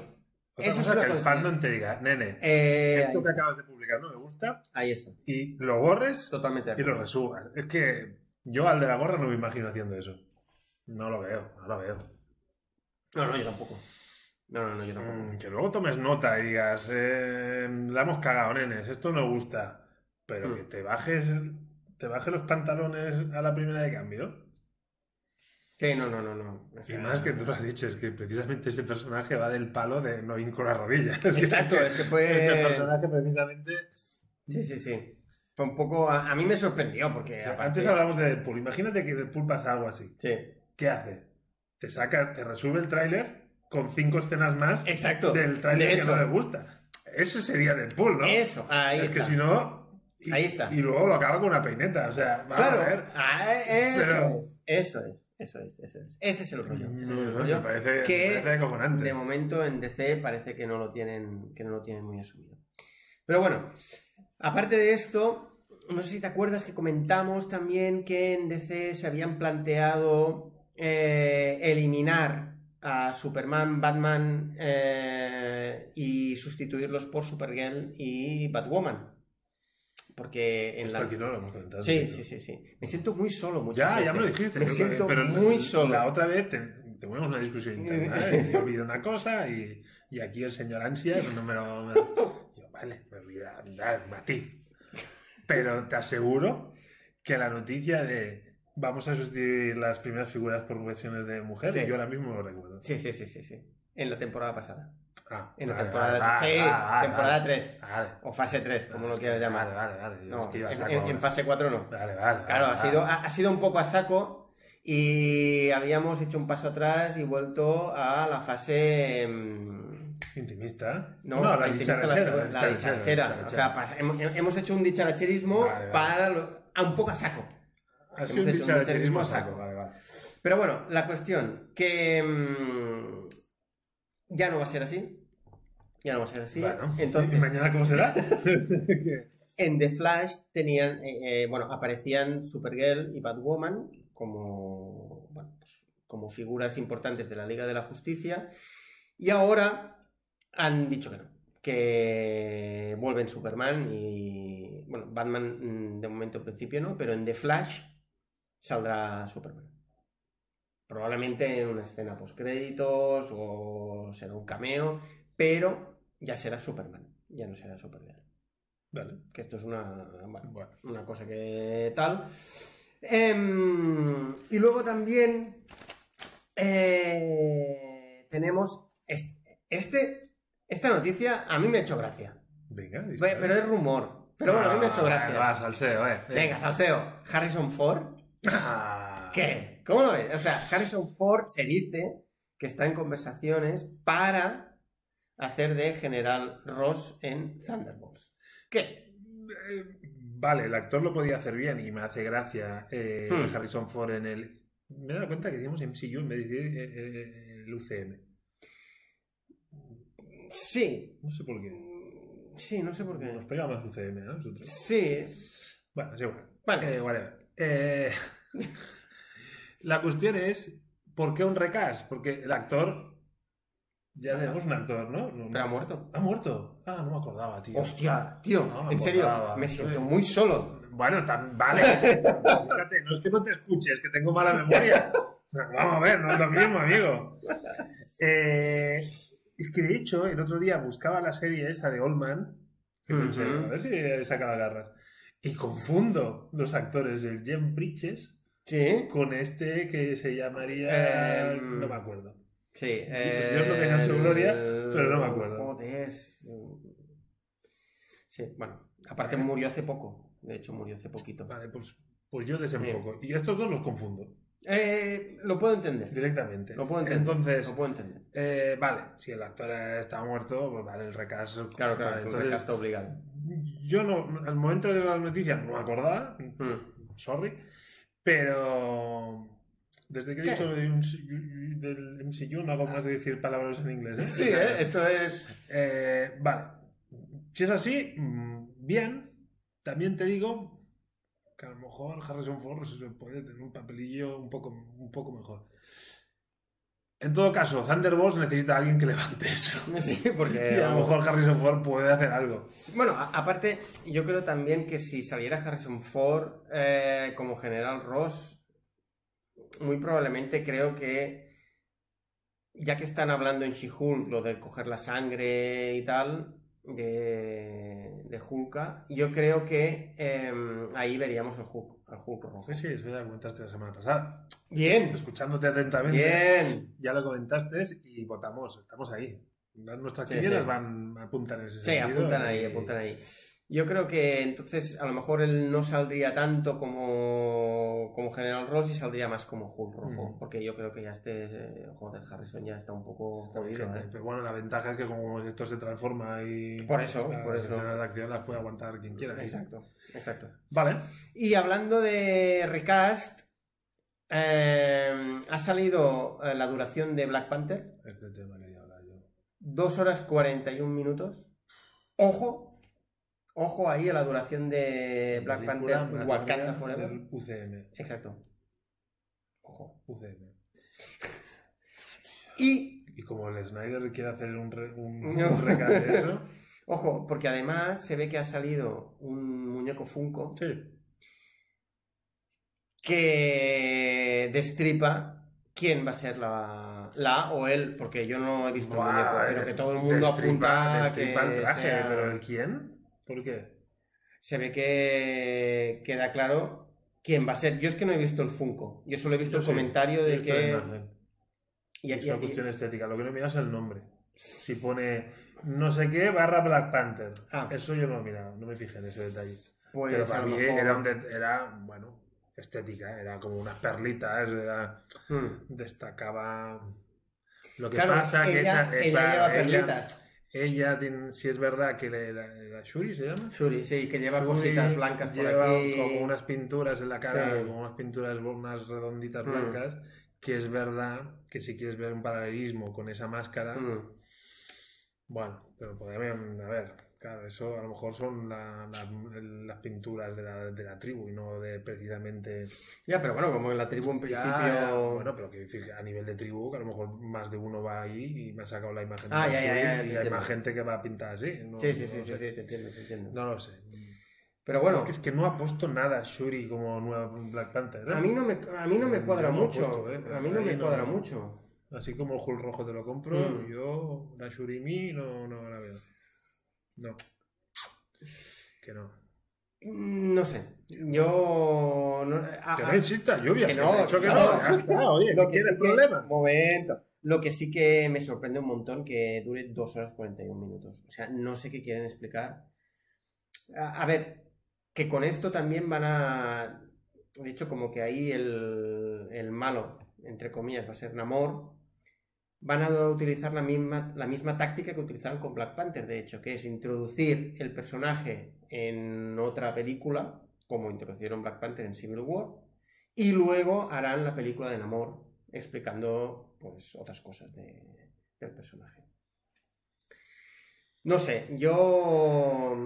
Speaker 2: Otra
Speaker 1: Eso
Speaker 2: cosa
Speaker 1: es una
Speaker 2: que el
Speaker 1: concesión.
Speaker 2: fandom te diga, nene,
Speaker 1: Eh,
Speaker 2: esto que acabas de publicar no me gusta,
Speaker 1: ahí está.
Speaker 2: y lo borres
Speaker 1: Totalmente. de
Speaker 2: y lo
Speaker 1: acuerdo.
Speaker 2: resubas. Es que yo al de la gorra no me imagino haciendo eso. No lo veo, no lo veo.
Speaker 1: No, no, yo tampoco. No, no, no, yo tampoco.
Speaker 2: Mm, Que luego tomes nota y digas, eh, la hemos cagado, nenes, esto no gusta. Pero
Speaker 1: Mm.
Speaker 2: que te bajes, te bajes los pantalones a la primera de cambio.
Speaker 1: Sí, no, no, no, no. O
Speaker 2: Y
Speaker 1: sea,
Speaker 2: más que tú lo has dicho, es que precisamente ese personaje va del palo de no vinco las rodillas. Es que-
Speaker 1: Exacto, es
Speaker 2: Este
Speaker 1: que fue.
Speaker 2: personaje precisamente...
Speaker 1: Sí, sí, sí. Fue un poco. A, a mí me sorprendió porque.
Speaker 2: O sea,
Speaker 1: aparte-
Speaker 2: antes hablamos de Deadpool. Imagínate que Deadpool pasa algo así.
Speaker 1: Sí.
Speaker 2: ¿Qué hace? Te saca, te resube el tráiler con cinco escenas más
Speaker 1: Exacto.
Speaker 2: del
Speaker 1: De
Speaker 2: tráiler que
Speaker 1: eso.
Speaker 2: no le gusta. Ese sería Deadpool, ¿no?
Speaker 1: Eso. Ahí
Speaker 2: es
Speaker 1: está.
Speaker 2: que si no. y-
Speaker 1: Ahí está.
Speaker 2: Y luego lo acaba con una peineta. O sea, vamos a
Speaker 1: Claro,
Speaker 2: ver.
Speaker 1: Ah, eh, eso,
Speaker 2: Pero-
Speaker 1: es, eso es, eso es, eso es. Ese es el rollo. ese es el
Speaker 2: No,
Speaker 1: rollo.
Speaker 2: me parece,
Speaker 1: que
Speaker 2: me parece acojonante.
Speaker 1: De momento en DC parece que no lo tienen, que no lo tienen muy asumido. Pero bueno, aparte de esto, no sé si te acuerdas que comentamos también que en DC se habían planteado eh, eliminar a Superman, Batman eh, y sustituirlos por Supergirl y Batwoman. Porque en
Speaker 2: Esto
Speaker 1: la...
Speaker 2: aquí no lo hemos comentado.
Speaker 1: Sí,
Speaker 2: pero-
Speaker 1: sí, sí, sí. Me siento muy solo muchas
Speaker 2: Pues Ya,
Speaker 1: veces.
Speaker 2: ya me lo dijiste.
Speaker 1: Me
Speaker 2: creo que-
Speaker 1: siento
Speaker 2: pero
Speaker 1: muy
Speaker 2: la-
Speaker 1: solo.
Speaker 2: La otra vez te- tuvimos una discusión interna. ¿eh? Yo olvido una cosa y, y aquí el señor Ansias no me lo. me lo- yo, vale, me olvida, da, matiz. Pero te aseguro que la noticia de vamos a sustituir las primeras figuras por versiones de mujer,
Speaker 1: Sí.
Speaker 2: yo ahora mismo lo recuerdo.
Speaker 1: Sí, sí, sí, sí, sí. En la temporada pasada.
Speaker 2: Ah,
Speaker 1: En la
Speaker 2: vale, vale,
Speaker 1: temporada...
Speaker 2: vale,
Speaker 1: sí,
Speaker 2: vale, vale,
Speaker 1: temporada
Speaker 2: vale.
Speaker 1: 3.
Speaker 2: Vale.
Speaker 1: O fase 3, como lo quieras llamar.
Speaker 2: Vale, vale, vale.
Speaker 1: No,
Speaker 2: es que iba a
Speaker 1: en-
Speaker 2: saco
Speaker 1: en,
Speaker 2: ahora.
Speaker 1: en fase 4 no.
Speaker 2: Vale, vale.
Speaker 1: Claro, ha
Speaker 2: vale,
Speaker 1: sido,
Speaker 2: vale.
Speaker 1: ha, ha sido un poco a saco y habíamos hecho un paso atrás y vuelto a la fase... mm,
Speaker 2: Intimista.
Speaker 1: No,
Speaker 2: la
Speaker 1: intimista, la
Speaker 2: dicharachera,
Speaker 1: segunda- la
Speaker 2: dicharachera,
Speaker 1: dicharachera. O sea, pas- hemos, hemos hecho un dicharacherismo
Speaker 2: Vale, vale.
Speaker 1: para... lo- a un poco a saco.
Speaker 2: Ha sido un
Speaker 1: hemos hecho un
Speaker 2: dicharacherismo a
Speaker 1: saco.
Speaker 2: saco. Vale, vale.
Speaker 1: Pero bueno, la cuestión, que mm, ya no va a ser así. Ya no va a ser así.
Speaker 2: Bueno, ¿y
Speaker 1: Entonces,
Speaker 2: mañana cómo será? Que-
Speaker 1: en The Flash tenían, eh, eh, bueno, aparecían Supergirl y Batwoman como, bueno, pues, como figuras importantes de la Liga de la Justicia. Y ahora han dicho que no, que vuelven Superman y, bueno, Batman mm, de momento en principio no, pero en The Flash saldrá Superman. Probablemente en una escena post créditos o será un cameo, pero ya será Superman, ya no será Supergirl
Speaker 2: Vale,
Speaker 1: que esto es una, bueno,
Speaker 2: bueno.
Speaker 1: una cosa que tal. Em, y luego también eh, tenemos es- este, esta noticia, a mí me ha hecho gracia,
Speaker 2: Venga,
Speaker 1: Pe-
Speaker 2: dispara.
Speaker 1: pero es rumor. Pero bueno, a mí me ha hecho
Speaker 2: Ah,
Speaker 1: gracia.
Speaker 2: Va, salseo, eh.
Speaker 1: Venga, salseo. Harrison Ford.
Speaker 2: Ah.
Speaker 1: ¿Qué? ¿Cómo lo ves? O sea, Harrison Ford se dice que está en conversaciones para hacer de General Ross en Thunderbolts. ¿Qué?
Speaker 2: Eh, Vale, el actor lo podía hacer bien y me hace gracia eh,
Speaker 1: Hmm.
Speaker 2: Harrison Ford en el. Me he dado cuenta que decimos MCU en vez de decir, eh, eh, el UCM.
Speaker 1: Sí,
Speaker 2: No sé por qué.
Speaker 1: Sí, no sé por
Speaker 2: Nos
Speaker 1: qué.
Speaker 2: pega más UCM, ¿no? Nosotros.
Speaker 1: Sí,
Speaker 2: Bueno, es igual.
Speaker 1: Vale.
Speaker 2: Eh, whatever. Eh, la cuestión es, ¿por qué un recast? Porque el actor... Ya
Speaker 1: Ah.
Speaker 2: tenemos un actor, ¿no? No, no.
Speaker 1: pero ha muerto.
Speaker 2: ¿Ha muerto? Ah, no me acordaba, tío.
Speaker 1: Hostia, tío,
Speaker 2: No,
Speaker 1: en
Speaker 2: pues
Speaker 1: serio,
Speaker 2: nada,
Speaker 1: me
Speaker 2: sí.
Speaker 1: siento muy solo.
Speaker 2: Bueno, tan, vale. Fíjate, no es que no te escuches, que tengo mala memoria. Vamos a ver, no es lo mismo, amigo. Eh, es que de hecho, el otro día buscaba la serie esa de Oldman que pensé,
Speaker 1: Ujú.
Speaker 2: a ver si he sacado garras. Y confundo los actores, el Jeff Bridges,
Speaker 1: Sí,
Speaker 2: con este que se llamaría...
Speaker 1: Eh,
Speaker 2: no me acuerdo.
Speaker 1: sí. eh,
Speaker 2: Dios lo tenga en su gloria, pero no me acuerdo.
Speaker 1: Joder. Sí, bueno. Aparte murió hace poco. De hecho, murió hace poquito.
Speaker 2: Vale, pues, pues yo desenfoco. Y estos dos los confundo
Speaker 1: Eh, lo puedo entender.
Speaker 2: directamente.
Speaker 1: Lo puedo entender.
Speaker 2: Entonces,
Speaker 1: Lo puedo entender.
Speaker 2: eh, vale, si el actor está muerto, pues vale, el recaso.
Speaker 1: Claro, claro.
Speaker 2: Vale,
Speaker 1: es un
Speaker 2: entonces,
Speaker 1: recasto obligado.
Speaker 2: Yo no, al momento de las noticias no me acordaba,
Speaker 1: Mm.
Speaker 2: sorry, pero desde que he
Speaker 1: ¿Qué?
Speaker 2: dicho de un- del MCU no hago más de decir palabras en inglés. ¿eh?
Speaker 1: Sí,
Speaker 2: O sea,
Speaker 1: ¿eh? Esto es...
Speaker 2: eh, vale, si es así, mm, bien, también te digo que a lo mejor Harrison Ford se puede tener un papelillo un poco, un poco mejor. En todo caso, Thunderbolts necesita a alguien que levante eso.
Speaker 1: Sí, porque...
Speaker 2: Y a lo mejor Harrison Ford puede hacer algo.
Speaker 1: Bueno, a- aparte, yo creo también que si saliera Harrison Ford eh, como General Ross, muy probablemente creo que, ya que están hablando en She-Hulk, lo de coger la sangre y tal, de, de Hulka, yo creo que eh, ahí veríamos al Hulk, al Hulk rojo.
Speaker 2: Sí, sí, eso ya lo comentaste la semana pasada.
Speaker 1: Bien,
Speaker 2: Escuchándote atentamente,
Speaker 1: bien.
Speaker 2: ya lo comentaste y votamos, estamos ahí. Las- Nuestras
Speaker 1: Sí,
Speaker 2: quinielas
Speaker 1: sí.
Speaker 2: van apuntan en ese
Speaker 1: Sí,
Speaker 2: sentido.
Speaker 1: apuntan ahí,
Speaker 2: y-
Speaker 1: apuntan ahí. Yo creo que entonces a lo mejor él no saldría tanto como, como General Ross y saldría más como Hulk rojo.
Speaker 2: Ujú.
Speaker 1: Porque yo creo que ya este, eh, joder, Harrison ya está un poco jodido.
Speaker 2: Claro,
Speaker 1: ¿eh?
Speaker 2: Pero pues, bueno, la ventaja es que como esto se transforma y
Speaker 1: Por eso,
Speaker 2: las
Speaker 1: por eso.
Speaker 2: escenas de acción las puede aguantar quien quiera. ¿eh?
Speaker 1: Exacto, exacto.
Speaker 2: Vale.
Speaker 1: Y hablando de recast, eh, ha salido eh, la duración de Black Panther,
Speaker 2: Este tema que ya hablaba yo.
Speaker 1: 2 horas 41 minutos. Ojo, ojo ahí a la duración de Eh, Black
Speaker 2: Película
Speaker 1: Panther,
Speaker 2: más
Speaker 1: Wakanda
Speaker 2: larga
Speaker 1: Forever.
Speaker 2: del UCM.
Speaker 1: Exacto. Ojo.
Speaker 2: UCM.
Speaker 1: Y,
Speaker 2: Y como el Snyder quiere hacer un, re, un,
Speaker 1: No.
Speaker 2: un recap de eso.
Speaker 1: ojo, porque además se ve que ha salido un muñeco Funko
Speaker 2: Sí.
Speaker 1: que destripa quién va a ser la, la o él, porque yo no he visto el muñeco,
Speaker 2: Buah,
Speaker 1: pero que todo el mundo
Speaker 2: destripa-
Speaker 1: apunta a que
Speaker 2: destripa el traje,
Speaker 1: sea-
Speaker 2: pero ¿el quién? ¿Por qué?
Speaker 1: se ve que queda claro quién va a ser. Yo es que no he visto el Funko, yo solo he visto
Speaker 2: Yo
Speaker 1: el
Speaker 2: sí,
Speaker 1: comentario
Speaker 2: Yo
Speaker 1: de
Speaker 2: estoy en
Speaker 1: que...
Speaker 2: imagen.
Speaker 1: Y
Speaker 2: Es
Speaker 1: aquí-
Speaker 2: una
Speaker 1: aquí-
Speaker 2: cuestión estética. Lo que no mira es el nombre. Si pone no sé qué barra Black Panther.
Speaker 1: Ah.
Speaker 2: Eso yo no lo miraba, no me fijé en ese detalle.
Speaker 1: pues
Speaker 2: Pero
Speaker 1: a
Speaker 2: para
Speaker 1: lo
Speaker 2: mí
Speaker 1: mejor-
Speaker 2: era, un de- era, bueno, estética, era como unas perlitas, era,
Speaker 1: Mm.
Speaker 2: destacaba. Lo que
Speaker 1: Claro,
Speaker 2: pasa que
Speaker 1: ella,
Speaker 2: esa, eh,
Speaker 1: ella
Speaker 2: claro,
Speaker 1: lleva
Speaker 2: ella-
Speaker 1: perlitas.
Speaker 2: ella tiene- si es verdad que le, la, la Shuri se llama.
Speaker 1: Shuri, sí, que lleva
Speaker 2: Shuri
Speaker 1: cositas blancas por
Speaker 2: lleva
Speaker 1: aquí. Mm.
Speaker 2: como unas pinturas en la cara,
Speaker 1: Sí.
Speaker 2: como unas pinturas bo- unas redonditas
Speaker 1: Mm.
Speaker 2: blancas, que es verdad que si quieres ver un paralelismo con esa máscara,
Speaker 1: Mm.
Speaker 2: bueno, pero podrían, a ver, claro, eso a lo mejor son la- la- las pinturas de la, de la tribu y no de precisamente...
Speaker 1: Ya, pero bueno, como en la tribu en
Speaker 2: Ya,
Speaker 1: principio.
Speaker 2: ya, bueno, pero que decir, a nivel de tribu, que a lo mejor más de uno va ahí y me ha sacado la imagen.
Speaker 1: Ah,
Speaker 2: de
Speaker 1: ya, ya,
Speaker 2: Shuri,
Speaker 1: ya,
Speaker 2: y hay
Speaker 1: entiendo.
Speaker 2: más gente que va a pintar así. no-
Speaker 1: sí, sí,
Speaker 2: pues, no
Speaker 1: sí,
Speaker 2: lo
Speaker 1: sí,
Speaker 2: sé.
Speaker 1: sí, te entiendo, te entiendo.
Speaker 2: No lo sé.
Speaker 1: pero
Speaker 2: Bueno,
Speaker 1: bueno,
Speaker 2: que es que no ha puesto nada Shuri como nueva Black Panther. ¿eh?
Speaker 1: a mí no me, a mí no me cuadra
Speaker 2: Yo no
Speaker 1: mucho.
Speaker 2: apuesto, eh,
Speaker 1: a mí no
Speaker 2: ahí
Speaker 1: me
Speaker 2: no.
Speaker 1: cuadra mucho.
Speaker 2: Así como el Hulk rojo te lo compro,
Speaker 1: Mm.
Speaker 2: yo la Shuri mi no, no la veo. No. Que no.
Speaker 1: Mm, No sé. Yo. No, a-
Speaker 2: que
Speaker 1: a-
Speaker 2: no insistas, lluvias.
Speaker 1: que
Speaker 2: Que
Speaker 1: no,
Speaker 2: no, que
Speaker 1: no.
Speaker 2: no. Ya está, oye,
Speaker 1: lo
Speaker 2: si
Speaker 1: Ah, que
Speaker 2: quieres
Speaker 1: sí que-
Speaker 2: problemas.
Speaker 1: Momento. Lo que sí que me sorprende un montón que dure 2 horas 41 minutos. O sea, no sé qué quieren explicar. A, a ver, que con esto también van a. De hecho, como que ahí el, el malo, entre comillas, va a ser Namor. Van a utilizar la misma, la misma táctica que utilizaron con Black Panther, de hecho, que es introducir el personaje en otra película, como introducieron Black Panther en Civil War, y luego harán la película de Namor, explicando pues otras cosas de- del personaje. No sé, yo.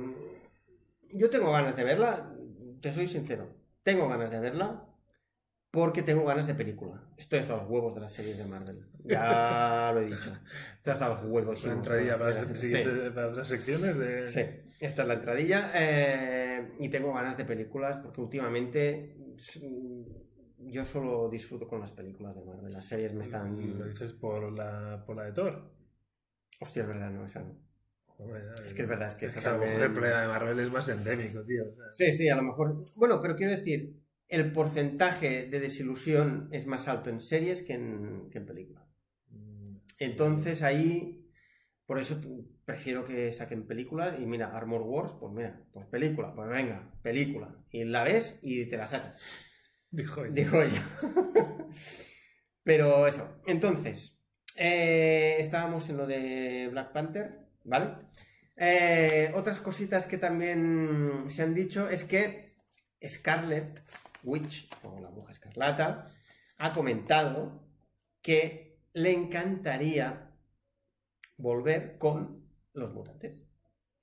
Speaker 1: Yo tengo ganas de verla, te soy sincero. Tengo ganas de verla porque tengo ganas de película. Estoy hasta los huevos de las series de Marvel. Ya lo he dicho. Estoy hasta los huevos.
Speaker 2: La entradilla Pues para
Speaker 1: de
Speaker 2: las,
Speaker 1: las-
Speaker 2: siguientes- para las secciones de...
Speaker 1: Sí, esta es la entradilla. eh, y tengo ganas de películas porque últimamente s- yo solo disfruto con las películas de Marvel. Las series me
Speaker 2: Lo
Speaker 1: están.
Speaker 2: dices por la, por la de Thor.
Speaker 1: Hostia, es verdad, no, esa no.
Speaker 2: Hombre,
Speaker 1: Es que es verdad, es que eso
Speaker 2: a lo mejor
Speaker 1: también-
Speaker 2: el problema de Marvel es más endémico, tío. o sea,
Speaker 1: Sí, sí, a lo mejor. Bueno, pero quiero decir, el porcentaje de desilusión es más alto en series que en, que en película.
Speaker 2: mm,
Speaker 1: Entonces ahí, por eso prefiero que saquen películas y mira, Armor Wars, pues mira, pues película, pues venga, película. Y la ves y te la sacas,
Speaker 2: Dijo eh, él.
Speaker 1: digo yo. Pero eso, entonces, eh, estábamos en lo de Black Panther, ¿vale? Eh, otras cositas que también se han dicho es que Scarlet Witch, o la bruja escarlata, ha comentado que le encantaría volver con los mutantes.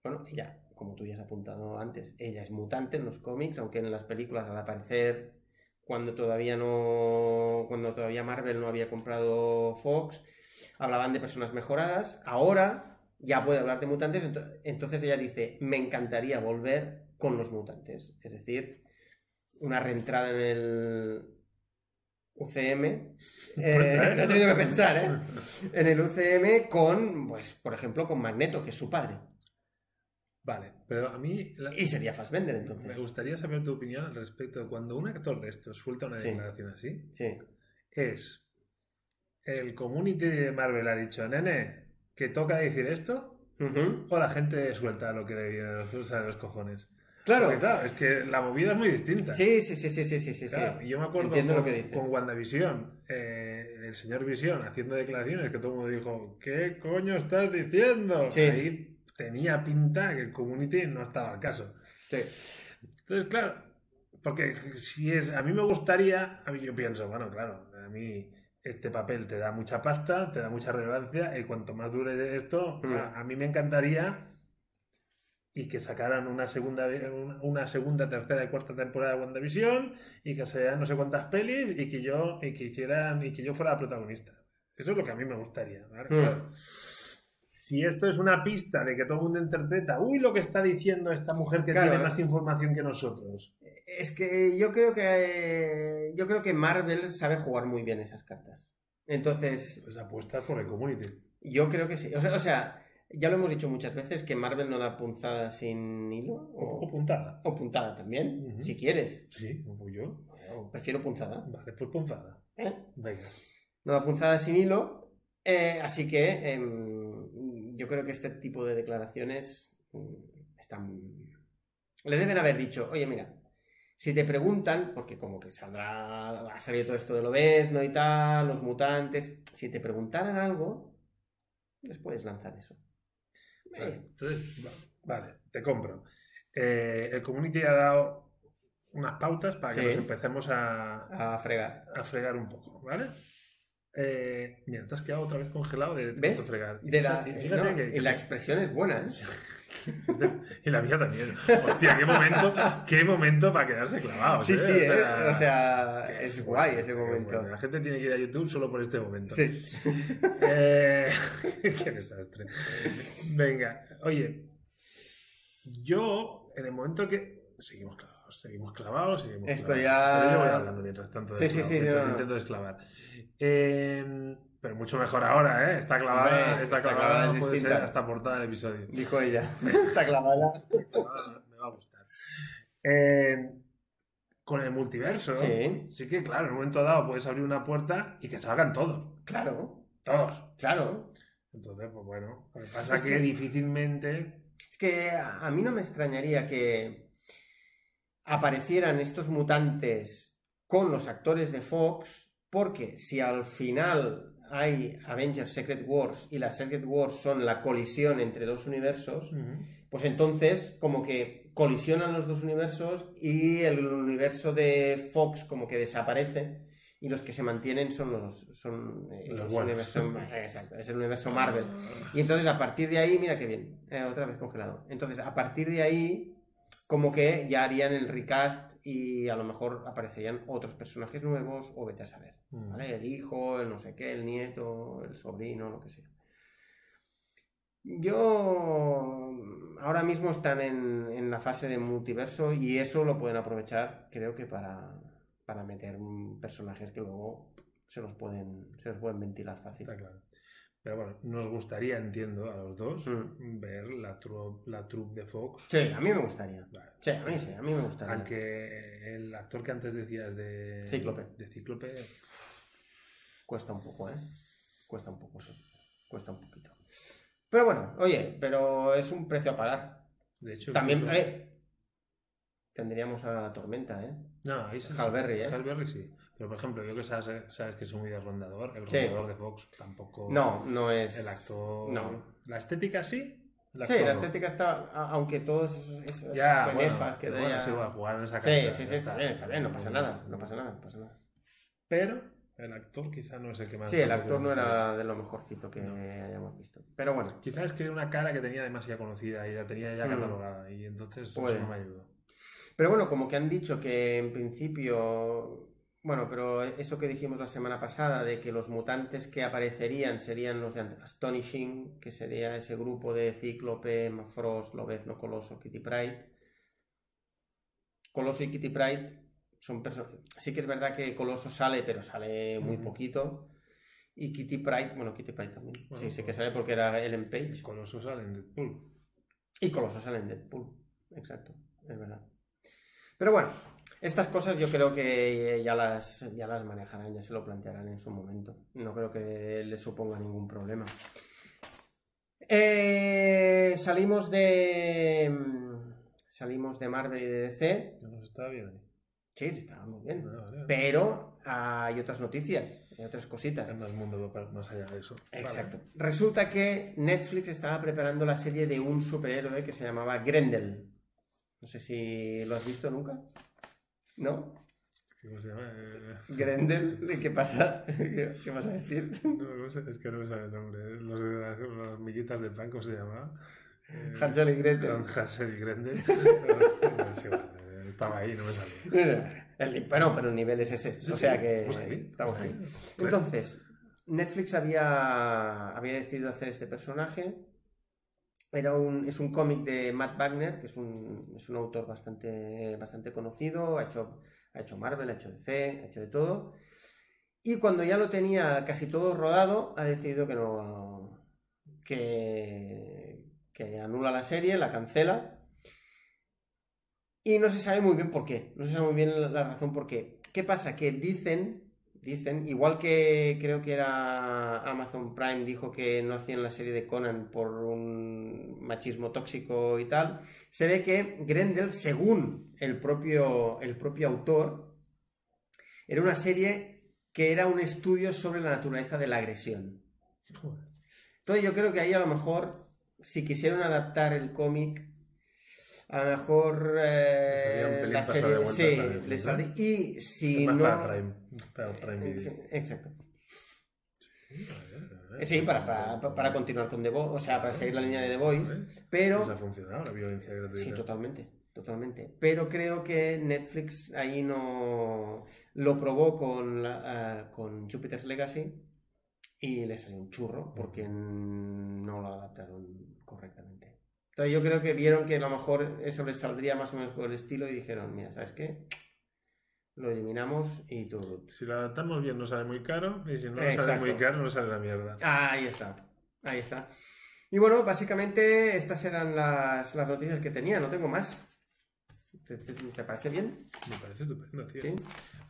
Speaker 1: Bueno, ella, como tú ya has apuntado antes, ella es mutante en los cómics, aunque en las películas al aparecer cuando todavía no cuando todavía Marvel no había comprado Fox, hablaban de personas mejoradas, ahora ya puede hablar de mutantes, ento- entonces ella dice, "Me encantaría volver con los mutantes", es decir, una reentrada en el UCM.
Speaker 2: Pues,
Speaker 1: Eh, no he tenido que pensar, ¿eh? en el UCM con, pues, por ejemplo, con Magneto, que es su padre.
Speaker 2: Vale, pero a mí la-
Speaker 1: Y sería Fassbender,
Speaker 2: me
Speaker 1: entonces.
Speaker 2: gustaría saber tu opinión al respecto. Cuando un actor de estos suelta una
Speaker 1: Sí.
Speaker 2: declaración así,
Speaker 1: Sí.
Speaker 2: es el community de Marvel ha dicho, nene, que toca decir esto,
Speaker 1: Ujú.
Speaker 2: o Pues la gente suelta lo que le viene de los, o sea, de los cojones. Porque,
Speaker 1: Claro.
Speaker 2: claro, es que la movida es muy distinta.
Speaker 1: Sí, sí, sí, sí, sí, sí, sí.
Speaker 2: Claro, y yo me acuerdo
Speaker 1: Entiendo
Speaker 2: con,
Speaker 1: lo que dices.
Speaker 2: con WandaVision, eh, el señor Visión haciendo declaraciones que todo el mundo dijo, ¿qué coño estás diciendo?
Speaker 1: Sí.
Speaker 2: Ahí tenía pinta que el community no estaba al caso.
Speaker 1: Sí.
Speaker 2: Entonces, claro, porque si es, a mí me gustaría, a mí yo pienso, bueno, claro, a mí este papel te da mucha pasta, te da mucha relevancia, y cuanto más dure esto,
Speaker 1: Mm.
Speaker 2: a, a mí me encantaría y que sacaran una segunda, ve- una- una segunda, tercera y cuarta temporada de WandaVision y que se no sé cuántas pelis y que yo y que hicieran y que yo fuera la protagonista. Eso es lo que a mí me gustaría. ¿vale?
Speaker 1: Mm.
Speaker 2: Claro. Si esto es una pista de que todo el mundo interpreta, uy, lo que está diciendo esta mujer que
Speaker 1: Claro,
Speaker 2: tiene
Speaker 1: eh.
Speaker 2: más información que nosotros.
Speaker 1: Es que yo creo que yo creo que Marvel sabe jugar muy bien esas cartas. Entonces,
Speaker 2: Pues apuestas por el community.
Speaker 1: yo creo que sí. O sea, o sea, ya lo hemos dicho muchas veces que Marvel no da punzada sin hilo
Speaker 2: O, o
Speaker 1: o,
Speaker 2: puntada.
Speaker 1: o puntada también,
Speaker 2: Ujú.
Speaker 1: si quieres.
Speaker 2: Sí, como yo.
Speaker 1: Prefiero punzada.
Speaker 2: Vale, pues punzada.
Speaker 1: ¿eh?
Speaker 2: Venga.
Speaker 1: no da punzada sin hilo. eh, así que em, yo creo que este tipo de declaraciones mm, están. Le deben haber dicho, oye, mira, si te preguntan, porque como que saldrá, ha salido todo esto de Lobezno y tal, los mutantes, si te preguntaran algo, les puedes lanzar eso.
Speaker 2: Vale,
Speaker 1: Eh,
Speaker 2: entonces, va- vale, te compro. Eh, el community ha dado unas pautas para que
Speaker 1: Sí.
Speaker 2: nos empecemos a,
Speaker 1: a fregar.
Speaker 2: a fregar un poco, ¿vale? Eh, mira, te has quedado otra vez congelado de, de
Speaker 1: ¿Ves?
Speaker 2: tanto fregar. Y
Speaker 1: De la, eh,
Speaker 2: fíjate- y fíjate
Speaker 1: no,
Speaker 2: que-
Speaker 1: y la expresión es buena. ¿eh?
Speaker 2: y la mía también. Hostia, qué momento, qué momento para quedarse clavados.
Speaker 1: Sí,
Speaker 2: ¿eh?
Speaker 1: sí,
Speaker 2: O
Speaker 1: ¿eh?
Speaker 2: sea,
Speaker 1: o sea,
Speaker 2: qué
Speaker 1: es
Speaker 2: fuerte,
Speaker 1: guay ese
Speaker 2: qué
Speaker 1: momento.
Speaker 2: bueno. La gente tiene que ir a YouTube solo por este momento.
Speaker 1: Sí.
Speaker 2: Eh, qué desastre. Venga, oye, yo en el momento que seguimos clavados, seguimos clavados, seguimos
Speaker 1: Esto
Speaker 2: clavados.
Speaker 1: ya-
Speaker 2: Pero yo voy hablando mientras tanto.
Speaker 1: Sí, sí,
Speaker 2: desclavo,
Speaker 1: sí,
Speaker 2: mientras
Speaker 1: no, no.
Speaker 2: intento desclavar. Eh, pero mucho mejor ahora, ¿eh? Está clavada,
Speaker 1: Hombre,
Speaker 2: está
Speaker 1: esta
Speaker 2: clavada,
Speaker 1: clavada es
Speaker 2: puede
Speaker 1: distinta.
Speaker 2: ser hasta portada del episodio.
Speaker 1: Dijo ella. Está clavada.
Speaker 2: Ah, me va a gustar. Eh, con el multiverso,
Speaker 1: Sí.
Speaker 2: sí que claro, en un momento dado puedes abrir una puerta y que salgan todos,
Speaker 1: Claro,
Speaker 2: todos.
Speaker 1: claro.
Speaker 2: Entonces, pues bueno, lo que pasa
Speaker 1: Es
Speaker 2: es
Speaker 1: que-
Speaker 2: que difícilmente
Speaker 1: Es que a a mí no me extrañaría que aparecieran estos mutantes con los actores de Fox, porque si al final hay Avengers Secret Wars y las Secret Wars son la colisión entre dos
Speaker 2: Mm.
Speaker 1: universos, pues entonces como que colisionan los dos universos y el universo de Fox como que desaparece y los que se mantienen son los son eh,
Speaker 2: Los
Speaker 1: los
Speaker 2: buenos.
Speaker 1: universo- exacto, es el universo Marvel. Y entonces a partir de ahí, mira qué bien, eh, otra vez congelado. Entonces a partir de ahí, como que ya harían el recast y a lo mejor aparecerían otros personajes nuevos o vete a saber, Mm.
Speaker 2: Mm,
Speaker 1: ¿vale? El hijo, el no sé qué, el nieto, el sobrino, lo que sea. Yo ahora mismo están en, en la fase de multiverso y eso lo pueden aprovechar, creo que para, para meter mm, personajes que luego se los pueden, se los pueden ventilar fácil.
Speaker 2: Está claro. Pero bueno, nos gustaría, entiendo, a los dos,
Speaker 1: Mm.
Speaker 2: ver la, tru- la troupe de Fox.
Speaker 1: Sí, a mí me gustaría.
Speaker 2: Vale.
Speaker 1: Sí, a mí sí, a mí me gustaría.
Speaker 2: Aunque el actor que antes decías de
Speaker 1: Cíclope.
Speaker 2: de Cíclope,
Speaker 1: Cuesta un poco, ¿eh? Cuesta un poco, sí. Cuesta un poquito. Pero bueno, oye, pero es un precio a pagar.
Speaker 2: de hecho.
Speaker 1: También,
Speaker 2: incluso-
Speaker 1: eh, Tendríamos a Tormenta, ¿eh?
Speaker 2: No, ahí sí.
Speaker 1: Hal Berry, ¿eh?
Speaker 2: Hal Berry sí. Pero por ejemplo, yo que sabes, sabes que soy muy de rondador, el
Speaker 1: Sí.
Speaker 2: rondador de Fox tampoco.
Speaker 1: No, no es.
Speaker 2: El actor.
Speaker 1: No.
Speaker 2: La estética sí. el
Speaker 1: Sí,
Speaker 2: actor
Speaker 1: la
Speaker 2: no.
Speaker 1: estética está. a- Aunque todos esos, esos
Speaker 2: Ya, bueno,
Speaker 1: cenefas que
Speaker 2: pero
Speaker 1: da
Speaker 2: bueno,
Speaker 1: ya-
Speaker 2: sí, bueno, jugaban esa
Speaker 1: Sí,
Speaker 2: carta,
Speaker 1: sí, sí,
Speaker 2: ya
Speaker 1: está bien, está bien, no pasa nada, no pasa nada, no pasa nada.
Speaker 2: Pero el actor quizá no es el que más.
Speaker 1: Sí, el actor no era de lo mejorcito que hayamos visto. Pero bueno,
Speaker 2: Quizás que era una cara que tenía demasiado conocida y la tenía ya
Speaker 1: Mm. Pues
Speaker 2: catalogada y entonces
Speaker 1: Puede.
Speaker 2: eso no me ayudó.
Speaker 1: Pero bueno, como que han dicho que en principio, bueno, pero eso que dijimos la semana pasada de que los mutantes que aparecerían serían los de Astonishing, que sería ese grupo de Cíclope, Mafrost, Lobezno, Coloso, Kitty Pride. Coloso y Kitty Pride son personas... Sí que es verdad que Coloso sale, pero sale muy
Speaker 2: Ujú.
Speaker 1: poquito. Y Kitty Pride, bueno, Kitty Pride también.
Speaker 2: Bueno,
Speaker 1: sí, sé que
Speaker 2: pues-
Speaker 1: sale porque era Ellen
Speaker 2: El
Speaker 1: Page.
Speaker 2: coloso sale en Deadpool.
Speaker 1: Y Coloso sale en Deadpool. Exacto, es verdad. Pero bueno, estas cosas yo creo que ya las, ya las manejarán, ya se lo plantearán en su momento. No creo que les suponga ningún problema. Eh, salimos de. Salimos de Marvel y de DC.
Speaker 2: Ya nos está bien ahí. Ah,
Speaker 1: Sí, estaba muy bien.
Speaker 2: Vale, vale.
Speaker 1: Pero hay otras noticias, hay otras cositas.
Speaker 2: Anda el mundo va más allá de eso. Vale.
Speaker 1: Exacto. Resulta que Netflix estaba preparando la serie de un superhéroe que se llamaba Grendel. No sé si lo has visto nunca. ¿No?
Speaker 2: Sí, ¿Cómo se llama? Eh,
Speaker 1: Grendel, ¿qué pasa? ¿Qué, qué vas a decir?
Speaker 2: No, no sé, es que no me sale el nombre. ¿eh? Los de las, las amiguitas del banco se llama. Eh,
Speaker 1: Hansel y Gretel.
Speaker 2: Con Hansel y Grendel. Sí, bueno, eh, estaba ahí, no me salió.
Speaker 1: El- bueno, pero el nivel es ese.
Speaker 2: Sí,
Speaker 1: o
Speaker 2: sí,
Speaker 1: sea que
Speaker 2: pues ahí,
Speaker 1: estamos
Speaker 2: pues
Speaker 1: ahí.
Speaker 2: ahí.
Speaker 1: Entonces, Netflix había, había decidido hacer este personaje. Era un, es un cómic de Matt Wagner, que es un, es un autor bastante, bastante conocido. Ha hecho, ha hecho Marvel, ha hecho DC, ha hecho de todo. Y cuando ya lo tenía casi todo rodado, ha decidido que no. que, que anula la serie, la cancela. Y no se sabe muy bien por qué. No se sabe muy bien la- la razón por qué. ¿Qué pasa? Que dicen, dicen, igual que creo que era Amazon Prime dijo que no hacían la serie de Conan por un machismo tóxico y tal, se ve que Grendel, según el propio, el propio autor, era una serie que era un estudio sobre la naturaleza de la agresión.
Speaker 2: Joder.
Speaker 1: Entonces yo creo que ahí a lo mejor, si quisieran adaptar el cómic, a lo mejor eh,
Speaker 2: Sería un pelín
Speaker 1: la
Speaker 2: pasado
Speaker 1: serie-
Speaker 2: de vuelta
Speaker 1: sí,
Speaker 2: otra vez,
Speaker 1: les
Speaker 2: ¿no?
Speaker 1: sale- y si
Speaker 2: Es más
Speaker 1: no...
Speaker 2: para Prime. Para Prime Video.
Speaker 1: Sí, Exacto.
Speaker 2: Eh, eh,
Speaker 1: Sí, para, para, para continuar con The Boys, o sea, para seguir la línea de The Boys,
Speaker 2: Eh,
Speaker 1: pero...
Speaker 2: les ha funcionado la violencia gratuita.
Speaker 1: Sí, totalmente, totalmente. Pero creo que Netflix ahí no lo probó con, la- ah, con Jupiter's Legacy y le salió un churro porque no lo adaptaron correctamente. Entonces yo creo que vieron que a lo mejor eso les saldría más o menos por el estilo y dijeron, mira, ¿sabes qué? Lo eliminamos y todo.
Speaker 2: Si lo adaptamos bien, no sale muy caro. Y si no nos sale
Speaker 1: Exacto.
Speaker 2: muy caro, no sale la mierda.
Speaker 1: Ahí está, ahí está. Y bueno, básicamente estas eran las, las noticias que tenía, no tengo más. ¿Te, te- te parece bien?
Speaker 2: Me parece estupendo, tío.
Speaker 1: Sí.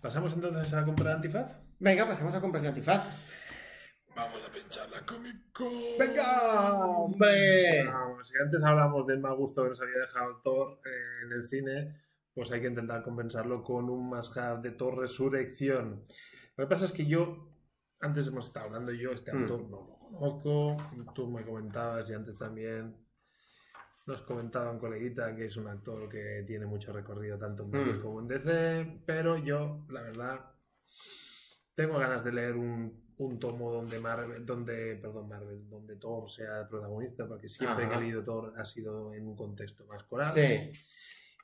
Speaker 2: ¿Pasamos entonces a comprar antifaz?
Speaker 1: Venga, pasemos a compras de antifaz.
Speaker 2: Vamos a pinchar la Comic Con.
Speaker 1: hombre!
Speaker 2: Vamos, si antes hablamos del mal gusto que nos había dejado Thor eh, en el cine, pues hay que intentar compensarlo con un más de Thor Resurrección. Lo que pasa es que yo, antes hemos estado hablando yo, este
Speaker 1: Mm.
Speaker 2: autor no lo conozco, tú me comentabas y antes también nos comentaba un coleguita que es un actor que tiene mucho recorrido tanto en Marvel
Speaker 1: Mm.
Speaker 2: como en DC, pero yo, la verdad, tengo ganas de leer un, un tomo donde Marvel, donde, perdón, Marvel, donde Thor sea el protagonista, porque siempre
Speaker 1: Ajá.
Speaker 2: que he leído Thor ha sido en un contexto más coral.
Speaker 1: Sí,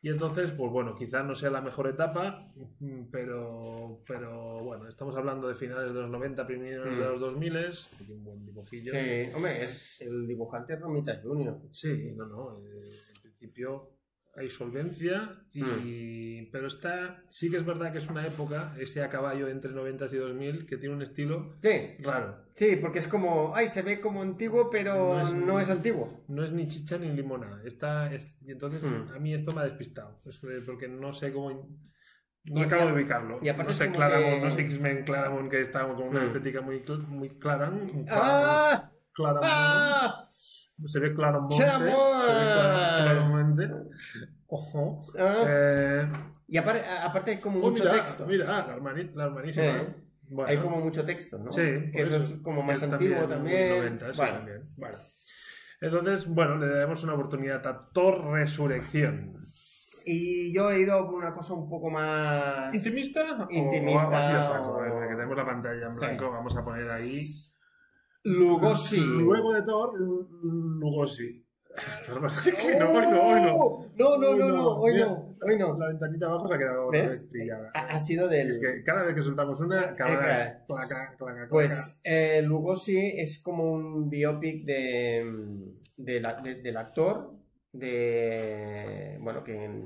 Speaker 2: Y entonces, pues bueno, quizás no sea la mejor etapa, mm, pero, pero bueno, estamos hablando de finales de los 90, primeros
Speaker 1: Mm.
Speaker 2: de los 2000, aquí un buen dibujillo.
Speaker 1: sí. Hombre, es el dibujante es Romita Junior.
Speaker 2: Sí, no, no. eh, en principio, hay solvencia, y...
Speaker 1: Mm.
Speaker 2: pero está, sí que es verdad que es una época, ese a caballo entre 90 y 2000, que tiene un estilo
Speaker 1: Sí,
Speaker 2: raro.
Speaker 1: sí, porque es como, ay, se ve como antiguo, pero
Speaker 2: No es-
Speaker 1: no es antiguo.
Speaker 2: No es ni chicha ni limona. Está, es- y entonces
Speaker 1: Mm.
Speaker 2: a mí esto me ha despistado, es, eh, porque no sé cómo... in- No
Speaker 1: Y-
Speaker 2: acabo
Speaker 1: y-
Speaker 2: de ubicarlo.
Speaker 1: y aparte
Speaker 2: no
Speaker 1: es
Speaker 2: sé
Speaker 1: como
Speaker 2: Claramont,
Speaker 1: que-
Speaker 2: no sé X-Men Claramont, que está con una
Speaker 1: Mm.
Speaker 2: estética muy, cl- muy Claramont.
Speaker 1: ¡Ah!
Speaker 2: Claramont.
Speaker 1: ¡Ah!
Speaker 2: Se ve Claramonte.
Speaker 1: ¡Qué amor!
Speaker 2: Se ve Clara- Claramonte. Ojo.
Speaker 1: Ah.
Speaker 2: Eh,
Speaker 1: Y aparte, aparte hay como
Speaker 2: oh,
Speaker 1: mucho
Speaker 2: mira,
Speaker 1: texto.
Speaker 2: mira, ah, la, hermani- la hermanísima.
Speaker 1: Eh,
Speaker 2: Bueno,
Speaker 1: Hay como mucho texto, ¿no?
Speaker 2: Sí,
Speaker 1: Que
Speaker 2: por
Speaker 1: eso
Speaker 2: eso.
Speaker 1: es como más
Speaker 2: es
Speaker 1: antiguo también.
Speaker 2: muy 90, sí,
Speaker 1: Vale.
Speaker 2: también. Vale. Entonces, bueno, le daremos una oportunidad a Thor Resurrección.
Speaker 1: Y yo he ido por una cosa un poco más.
Speaker 2: ¿Intimista? O-
Speaker 1: Intimista,
Speaker 2: O, así lo saco,
Speaker 1: o-
Speaker 2: eh, porque tenemos la pantalla en
Speaker 1: Sí.
Speaker 2: blanco, vamos a poner ahí.
Speaker 1: Lugosi.
Speaker 2: Luego de Thor, Lugosi. Perdón, que no, hoy no, hoy no.
Speaker 1: no, no, no, no, hoy
Speaker 2: Mira,
Speaker 1: no, Oh, hoy no.
Speaker 2: La ventanita abajo se ha quedado
Speaker 1: ¿Ves?
Speaker 2: pillada.
Speaker 1: Ha, ha sido del.
Speaker 2: Es que cada vez que soltamos una, cada
Speaker 1: Eh,
Speaker 2: vez.
Speaker 1: claro.
Speaker 2: Claca, claca, claca.
Speaker 1: Pues eh, Lugosi es como un biopic de, mm, de la- de- del actor, de bueno que,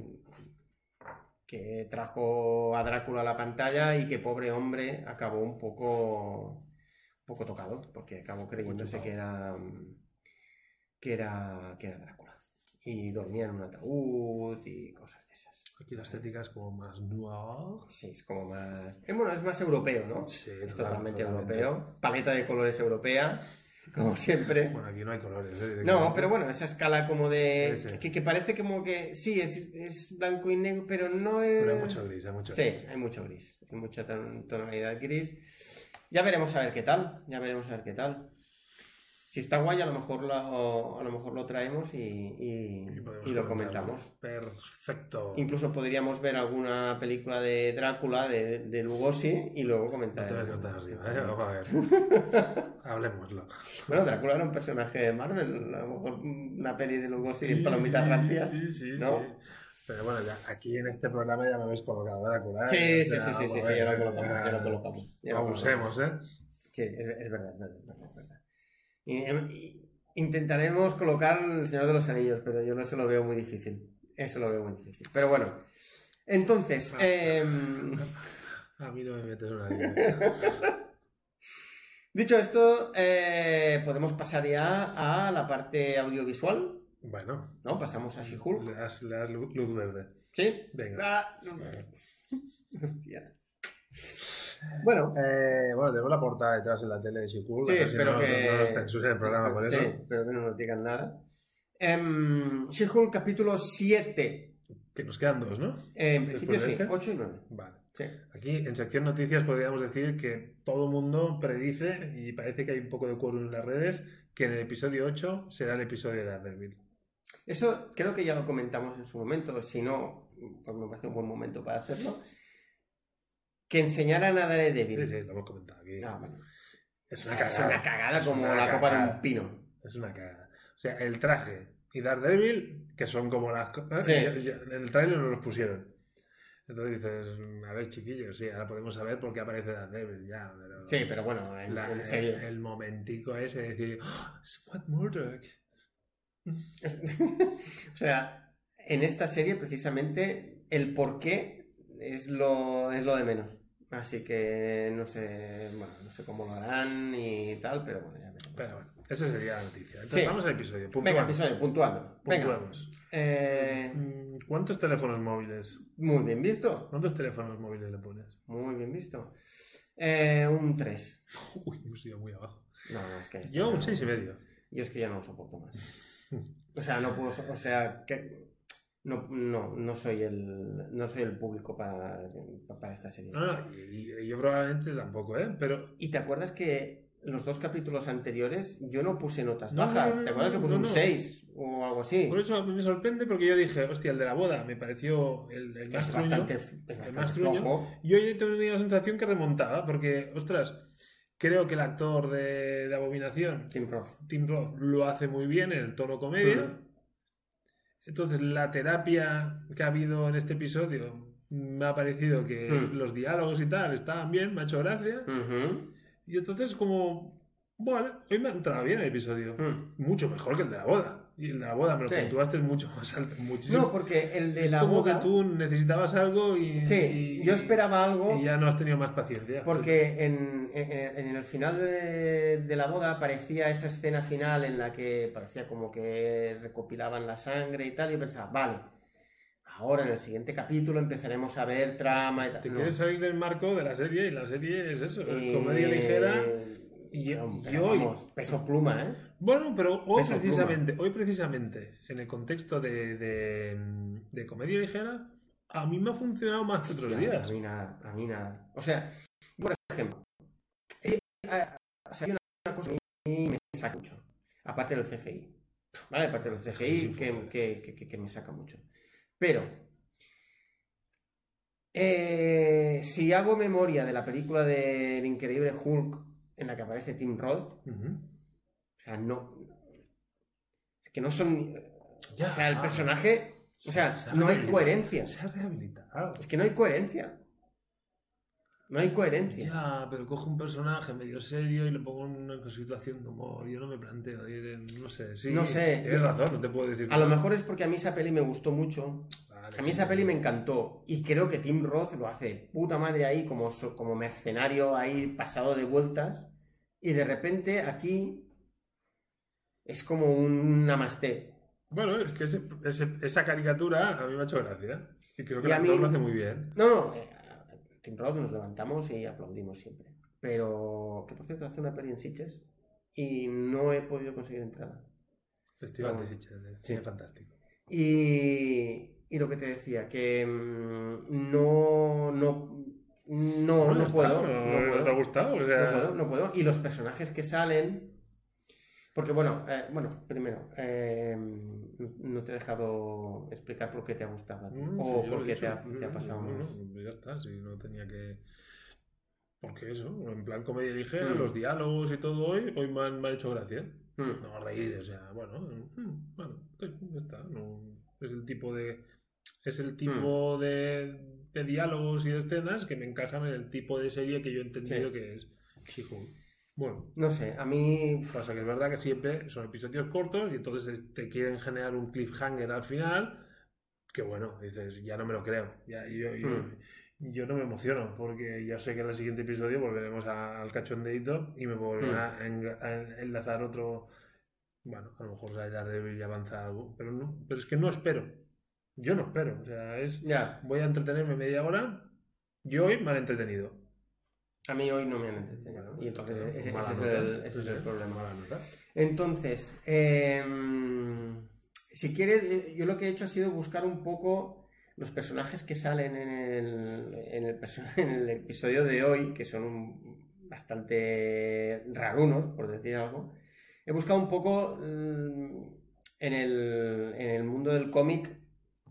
Speaker 1: que trajo a Drácula a la pantalla y que pobre hombre acabó un poco un poco tocado porque acabó creyéndose que era que era que era Drácula y dormía en un ataúd y cosas de esas.
Speaker 2: Aquí la estética es como más noir.
Speaker 1: Sí, es como más. eh, bueno, es más europeo, ¿no?
Speaker 2: Sí,
Speaker 1: Es
Speaker 2: total-
Speaker 1: totalmente
Speaker 2: totalmente.
Speaker 1: europeo. Paleta de colores europea, como siempre.
Speaker 2: Bueno, aquí no hay colores. eh,
Speaker 1: No,
Speaker 2: directamente.
Speaker 1: pero bueno, esa escala como de.
Speaker 2: Sí, sí.
Speaker 1: Que, que parece como que. Sí, es, es blanco y negro, pero no es.
Speaker 2: Pero hay mucho gris, hay mucho
Speaker 1: Sí,
Speaker 2: gris.
Speaker 1: hay mucho gris. Hay mucha ton- tonalidad gris. Ya veremos a ver qué tal. Ya veremos a ver qué tal. Si está guay, a lo mejor lo, a lo, mejor lo traemos y, y-
Speaker 2: Y podemos
Speaker 1: y lo
Speaker 2: comentarlo.
Speaker 1: comentamos.
Speaker 2: Perfecto.
Speaker 1: Incluso podríamos ver alguna película de Drácula, de, de Lugosi, y luego
Speaker 2: No
Speaker 1: comentar.
Speaker 2: te ves que estás arriba, eh. Vamos a ver. Hablemoslo.
Speaker 1: Bueno, Drácula era un personaje de Marvel, a lo mejor una peli de Lugosi
Speaker 2: Sí,
Speaker 1: en palomitas
Speaker 2: sí,
Speaker 1: rancias.
Speaker 2: Sí, sí,
Speaker 1: ¿no?
Speaker 2: sí. Pero bueno, ya, aquí en este programa ya me habéis colocado Drácula.
Speaker 1: Sí,
Speaker 2: eh,
Speaker 1: sí,
Speaker 2: o
Speaker 1: sí,
Speaker 2: sea,
Speaker 1: sí, sí,
Speaker 2: vamos a
Speaker 1: sí, ya lo
Speaker 2: ver, eh,
Speaker 1: colocamos, ya lo colocamos. ya lo colocamos.
Speaker 2: Abusemos, ¿eh?
Speaker 1: Sí, es, es verdad, es verdad, es verdad, es verdad. Y, em, y intentaremos colocar el Señor de los Anillos, pero yo no eso lo veo muy difícil. Eso lo veo muy difícil. Pero bueno, entonces,
Speaker 2: Ah,
Speaker 1: em,
Speaker 2: A mí no me metes una idea.
Speaker 1: dicho esto, eh, podemos pasar ya a la parte audiovisual,
Speaker 2: Bueno,
Speaker 1: ¿no? Pasamos a She-Hulk,
Speaker 2: le das, le das lu- luz verde.
Speaker 1: ¿sí?
Speaker 2: Venga.
Speaker 1: Ah, no. Hostia. Bueno,
Speaker 2: Eh, bueno, tenemos la portada detrás en la tele de Shikur.
Speaker 1: Ah. Sí, espero
Speaker 2: no,
Speaker 1: que-
Speaker 2: No nos censuren el programa por
Speaker 1: sí,
Speaker 2: eso.
Speaker 1: pero que no nos digan nada. Em, She-Hulk capítulo 7.
Speaker 2: Que nos quedan dos, ¿no?
Speaker 1: en
Speaker 2: Después
Speaker 1: principio
Speaker 2: de
Speaker 1: sí,
Speaker 2: este.
Speaker 1: 8 y 9.
Speaker 2: Vale.
Speaker 1: Sí.
Speaker 2: Aquí en sección noticias podríamos decir que todo el mundo predice, y parece que hay un poco de cuero en las redes, que en el episodio 8 será el episodio de Daredevil.
Speaker 1: Eso creo que ya lo comentamos en su momento, si no, pues me parece un buen momento para hacerlo. Que enseñaran a
Speaker 2: Sí,
Speaker 1: Daredevil.
Speaker 2: sí, lo hemos comentado aquí.
Speaker 1: Ah, vale.
Speaker 2: Es
Speaker 1: Es
Speaker 2: una
Speaker 1: una cagada,
Speaker 2: cagada.
Speaker 1: como
Speaker 2: Es una
Speaker 1: la copa de
Speaker 2: cagada.
Speaker 1: un pino.
Speaker 2: Es una cagada. O sea, el traje y Daredevil, que son como las cosas.
Speaker 1: Sí.
Speaker 2: En el trailer no los pusieron. Entonces dices, "Mm, a ver, chiquillos, sí, ahora podemos saber por qué aparece Daredevil ya. Pero
Speaker 1: Sí, pero bueno, en,
Speaker 2: la-
Speaker 1: en
Speaker 2: el,
Speaker 1: serio.
Speaker 2: el momentico ese de decir, "Oh, Scott Murdoch.
Speaker 1: o sea, en esta serie precisamente el por qué es lo, es lo de menos. Así que no sé, bueno, no sé cómo lo harán y tal, pero bueno, ya veremos.
Speaker 2: Pero bueno, esa sería la noticia. Entonces,
Speaker 1: Sí.
Speaker 2: vamos al episodio.
Speaker 1: Venga,
Speaker 2: Puntuamos.
Speaker 1: episodio, puntual. Venga.
Speaker 2: Puntuamos.
Speaker 1: Eh,
Speaker 2: pues. Mm, ¿Cuántos teléfonos móviles?
Speaker 1: muy bien visto.
Speaker 2: ¿Cuántos teléfonos móviles le pones?
Speaker 1: Muy bien visto. Eh, un 3.
Speaker 2: Uy, hemos ido muy abajo.
Speaker 1: No, no, es que. esto
Speaker 2: Yo
Speaker 1: no-
Speaker 2: un seis y medio.
Speaker 1: Yo es que ya no lo soporto más. O sea, no puedo. so- O sea, que. No, no, no soy el. No soy el público para, para esta serie.
Speaker 2: No, no, y, y yo probablemente tampoco, ¿eh? Pero
Speaker 1: ¿Y te acuerdas que los dos capítulos anteriores yo no puse notas
Speaker 2: No,
Speaker 1: bajas?
Speaker 2: no, no,
Speaker 1: ¿Te acuerdas
Speaker 2: no,
Speaker 1: que puse
Speaker 2: no,
Speaker 1: un
Speaker 2: no.
Speaker 1: 6 o algo así?
Speaker 2: Por eso me sorprende porque yo dije, hostia, el de la boda me pareció el, el más
Speaker 1: Es
Speaker 2: truño.
Speaker 1: bastante, es bastante
Speaker 2: truño.
Speaker 1: flojo.
Speaker 2: Yo he tenido la sensación que remontaba porque, ostras, creo que el actor de, de Abominación,
Speaker 1: Tim Roth.
Speaker 2: Tim Roth, lo hace muy bien en el tono comedia.
Speaker 1: Ujú.
Speaker 2: Entonces, la terapia que ha habido en este episodio me ha parecido que
Speaker 1: Mm. Hmm.
Speaker 2: los diálogos y tal estaban bien, me ha hecho gracia.
Speaker 1: Ujú.
Speaker 2: Y entonces, como Bueno, hoy me ha entrado bien el episodio.
Speaker 1: Mm.
Speaker 2: Mucho mejor que el de la boda. Y el de la boda me lo
Speaker 1: Sí.
Speaker 2: puntuaste mucho más alto. Muchísimo.
Speaker 1: No, porque el de
Speaker 2: Es
Speaker 1: la
Speaker 2: como
Speaker 1: boda.
Speaker 2: que tú necesitabas algo y.
Speaker 1: Sí,
Speaker 2: y-
Speaker 1: yo esperaba algo.
Speaker 2: Y ya no has tenido más paciencia.
Speaker 1: Porque en, en- en el final de, de la boda aparecía esa escena final en la que parecía como que recopilaban la sangre y tal, y yo pensaba, vale, ahora en el siguiente capítulo empezaremos a ver trama y tal.
Speaker 2: Te
Speaker 1: No.
Speaker 2: quieres salir del marco de la serie y la serie es eso,
Speaker 1: Eh,
Speaker 2: comedia ligera. y-
Speaker 1: pero-
Speaker 2: y
Speaker 1: pero
Speaker 2: hoy.
Speaker 1: vamos, peso pluma, ¿eh?
Speaker 2: Bueno, pero hoy
Speaker 1: Peso
Speaker 2: precisamente, hoy precisamente, en el contexto de, de- de comedia ligera, a mí me ha funcionado más que otros
Speaker 1: Hostia,
Speaker 2: días.
Speaker 1: A mí nada, a mí nada. O sea, por ejemplo, eh, ah, o sea, hay una cosa que a mí me saca mucho, aparte del CGI. ¿Vale? Aparte del
Speaker 2: Sí,
Speaker 1: CGI
Speaker 2: sí,
Speaker 1: que,
Speaker 2: fue.
Speaker 1: que- que- que- que me saca mucho. Pero, eh, si hago memoria de la película del increíble Hulk en la que aparece Tim Roth, o
Speaker 2: Ujú.
Speaker 1: sea, no. Es que no son.
Speaker 2: Ya,
Speaker 1: O sea, el
Speaker 2: ah,
Speaker 1: personaje. O sea,
Speaker 2: se ha
Speaker 1: no hay
Speaker 2: rehabilitado.
Speaker 1: coherencia.
Speaker 2: Se ha rehabilitado.
Speaker 1: Es que no hay coherencia. No hay coherencia.
Speaker 2: Ya, pero cojo un personaje medio serio y le pongo en una situación de humor. Yo no me planteo, yo de- no sé. Sí,
Speaker 1: No sé.
Speaker 2: Tienes razón, no te puedo decir.
Speaker 1: A lo mejor es porque a mí esa peli me gustó mucho. A mí esa peli me encantó. Y creo que Tim Roth lo hace de puta madre ahí, como, so- como mercenario ahí pasado de vueltas. Y de repente aquí es como un namasté.
Speaker 2: Bueno, es que ese- ese- esa caricatura a mí me ha hecho gracia. Y creo que
Speaker 1: Y
Speaker 2: el
Speaker 1: a mí-
Speaker 2: actor lo hace muy bien.
Speaker 1: No, no. eh, Tim Roth nos levantamos y aplaudimos siempre. Pero que por cierto hace una peli en Sitges y no he podido conseguir entrada.
Speaker 2: Festival de
Speaker 1: Vamos.
Speaker 2: Sitges, eh,
Speaker 1: Sí.
Speaker 2: es fantástico.
Speaker 1: Y, y lo que te decía, que mm, no, no, no, no
Speaker 2: está, No,
Speaker 1: puedo, no
Speaker 2: te ha
Speaker 1: puedo,
Speaker 2: gustado. O sea,
Speaker 1: no puedo, no puedo. Y los personajes que salen, porque bueno, eh, bueno, primero, eh, no te he dejado explicar por qué te ha gustado a ti,
Speaker 2: No,
Speaker 1: o
Speaker 2: Mm, sí, yo lo
Speaker 1: por
Speaker 2: he
Speaker 1: qué
Speaker 2: dicho. Mm,
Speaker 1: te ha,
Speaker 2: No,
Speaker 1: te ha
Speaker 2: no,
Speaker 1: pasado
Speaker 2: no, no,
Speaker 1: más.
Speaker 2: ya está, si no tenía que. Porque eso, en plan comedia ligera,
Speaker 1: Mm.
Speaker 2: los diálogos y todo hoy, hoy me han, me han hecho gracia.
Speaker 1: Mm.
Speaker 2: No reír, o sea, bueno, mm, bueno, ya está. no- es el tipo de. Es el
Speaker 1: Mm.
Speaker 2: tipo de, de diálogos y de escenas que me encajan en el tipo de serie que yo he entendido
Speaker 1: Sí.
Speaker 2: que es She-Hulk. Bueno,
Speaker 1: No sé, a mí
Speaker 2: Pasa que es verdad que siempre son episodios cortos y entonces eh, te quieren generar un cliffhanger al final. Que bueno, dices, ya no me lo creo. Ya, yo, yo-
Speaker 1: Mm.
Speaker 2: yo no me emociono porque ya sé que en el siguiente episodio volveremos a- al cachondeito y me volverán
Speaker 1: Hmm.
Speaker 2: a enga- a, enlazar otro. Bueno, a lo mejor sale Daredevil y avanza algo, pero, no, pero es que no espero. Yo no espero. O sea, es.
Speaker 1: ya,
Speaker 2: Voy a entretenerme media hora y hoy me han entretenido.
Speaker 1: a mí hoy no me han entretenido. Y entonces ese, ese
Speaker 2: Mala
Speaker 1: es
Speaker 2: nota.
Speaker 1: el, ese es el problema.
Speaker 2: Mala nota.
Speaker 1: Entonces, eh, si quieres, eh, yo lo que he hecho ha sido buscar un poco los personajes que salen en el, en el perso- en el episodio de hoy, que son un- bastante rarunos, por decir algo. He buscado un poco mm, en el, en el mundo del cómic,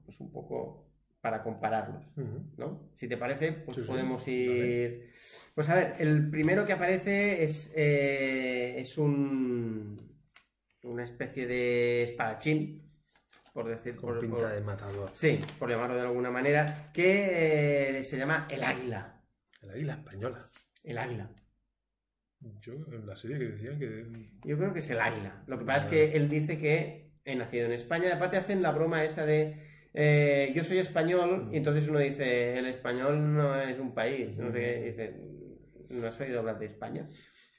Speaker 1: pues un poco para compararlos.
Speaker 2: Ujú.
Speaker 1: ¿no? Si te parece, pues
Speaker 2: Sí, sí.
Speaker 1: podemos
Speaker 2: Vale.
Speaker 1: ir. Pues a ver, el primero que aparece es, eh, es un una especie de espadachín, por decir,
Speaker 2: Con
Speaker 1: por,
Speaker 2: pinta
Speaker 1: por-
Speaker 2: de matador.
Speaker 1: sí, por llamarlo de alguna manera, que eh, se llama el águila.
Speaker 2: El águila española.
Speaker 1: El águila.
Speaker 2: Yo, en la serie que decían que.
Speaker 1: Yo creo que es el águila. Lo que pasa
Speaker 2: Vale.
Speaker 1: es que él dice que he nacido en España. Aparte hacen la broma esa de eh, yo soy español
Speaker 2: Mm.
Speaker 1: y entonces uno dice el español no es un país. No sé qué.
Speaker 2: Mm.
Speaker 1: Y dice no has oído hablar de España.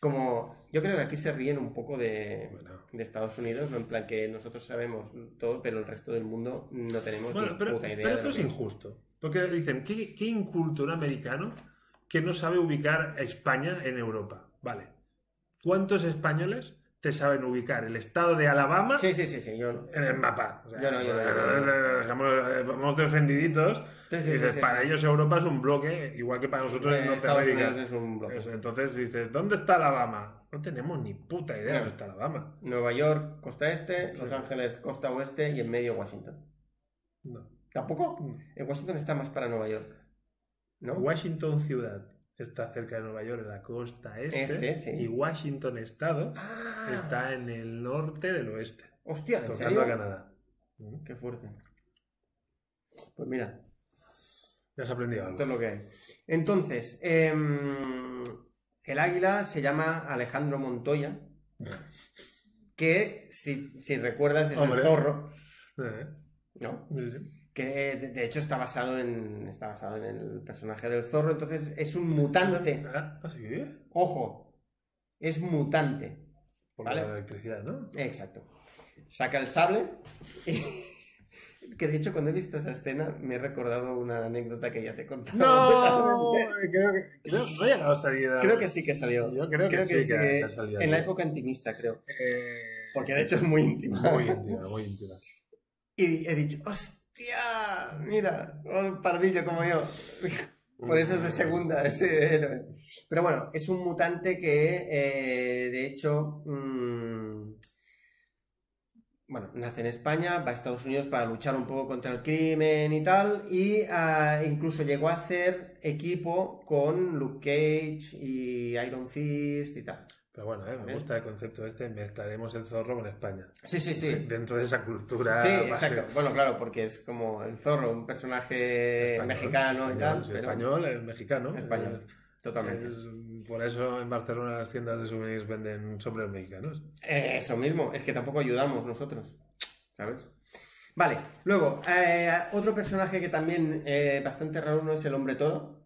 Speaker 1: Como yo creo que aquí se ríen un poco de,
Speaker 2: Bueno.
Speaker 1: de Estados Unidos, ¿no? en plan que nosotros sabemos todo, pero el resto del mundo no tenemos
Speaker 2: Bueno,
Speaker 1: ni
Speaker 2: pero,
Speaker 1: puta idea.
Speaker 2: pero
Speaker 1: de
Speaker 2: esto
Speaker 1: lo
Speaker 2: es
Speaker 1: que-
Speaker 2: injusto. Porque dicen, ¿qué, qué inculto un americano que no sabe ubicar a España en Europa? Vale. ¿Cuántos españoles te saben ubicar el estado de Alabama
Speaker 1: Sí, sí, sí, sí, yo no.
Speaker 2: en el mapa? O sea,
Speaker 1: Yo no, yo no, yo no.
Speaker 2: dejamos- eh, vamos defendiditos.
Speaker 1: Sí, sí,
Speaker 2: y
Speaker 1: sí,
Speaker 2: dices,
Speaker 1: sí,
Speaker 2: para
Speaker 1: sí.
Speaker 2: ellos Europa es un bloque, igual que para nosotros
Speaker 1: Eh,
Speaker 2: en
Speaker 1: Estados
Speaker 2: Norteamérica.
Speaker 1: Unidos es un bloque.
Speaker 2: Eso, Entonces dices, ¿dónde está Alabama? No tenemos ni puta idea de dónde
Speaker 1: No.
Speaker 2: está Alabama.
Speaker 1: Nueva York, costa este,
Speaker 2: Sí.
Speaker 1: Los Ángeles, costa oeste y en medio Washington.
Speaker 2: No.
Speaker 1: ¿Tampoco? En Washington está más para Nueva York. ¿No?
Speaker 2: Washington ciudad está cerca de Nueva York, en la costa este,
Speaker 1: Este, sí.
Speaker 2: y Washington estado
Speaker 1: Ah,
Speaker 2: está en el norte del oeste,
Speaker 1: Hostia, ¿en
Speaker 2: tocando
Speaker 1: serio?
Speaker 2: a Canadá. ¿Mm?
Speaker 1: Qué fuerte. Pues mira,
Speaker 2: Ya has aprendido algo.
Speaker 1: esto es lo que hay. Entonces, em, El águila se llama Alejandro Montoya, que si, si recuerdas es
Speaker 2: Hombre.
Speaker 1: el zorro,
Speaker 2: Eh,
Speaker 1: ¿no?
Speaker 2: sí, sí.
Speaker 1: Que de, de hecho está basado en está basado en el personaje del zorro, entonces es un mutante.
Speaker 2: Ah, ¿ah, sí?
Speaker 1: Ojo, es mutante.
Speaker 2: Por
Speaker 1: Vale.
Speaker 2: la electricidad, ¿no?
Speaker 1: Exacto. Saca el sable. y- que de hecho, cuando he visto esa escena, me he recordado una anécdota que ya te he contado.
Speaker 2: eh, creo que creo, no he llegado a salir. a-
Speaker 1: Creo que sí que salió.
Speaker 2: Yo creo, que, sí, que,
Speaker 1: que-
Speaker 2: ha salido.
Speaker 1: En la época intimista, creo.
Speaker 2: Eh,
Speaker 1: Porque de hecho es muy íntima.
Speaker 2: Muy íntima, muy íntima.
Speaker 1: Y he dicho, ¡hostia! Mira, un pardillo como yo. Por eso es de segunda ese héroe. Pero bueno, es un mutante que, eh, de hecho, mm, bueno, nace en España, va a Estados Unidos para luchar un poco contra el crimen y tal, y ah, incluso llegó a hacer equipo con Luke Cage y Iron Fist y tal.
Speaker 2: Pero bueno, eh, me gusta el concepto este, mezclaremos el zorro con España.
Speaker 1: Sí, sí, sí.
Speaker 2: Dentro de esa cultura.
Speaker 1: Sí,
Speaker 2: base
Speaker 1: exacto. Bueno, claro, porque es como el zorro, un personaje
Speaker 2: español,
Speaker 1: mexicano y
Speaker 2: español,
Speaker 1: tal.
Speaker 2: sí,
Speaker 1: pero-
Speaker 2: Español, eh, mexicano.
Speaker 1: Español, totalmente.
Speaker 2: Es- por eso en Barcelona las tiendas de souvenirs venden sombreros mexicanos.
Speaker 1: Eh, Eso mismo, es que tampoco ayudamos nosotros, ¿sabes? Vale, luego, eh, otro personaje que también eh, bastante raro no es el hombre toro.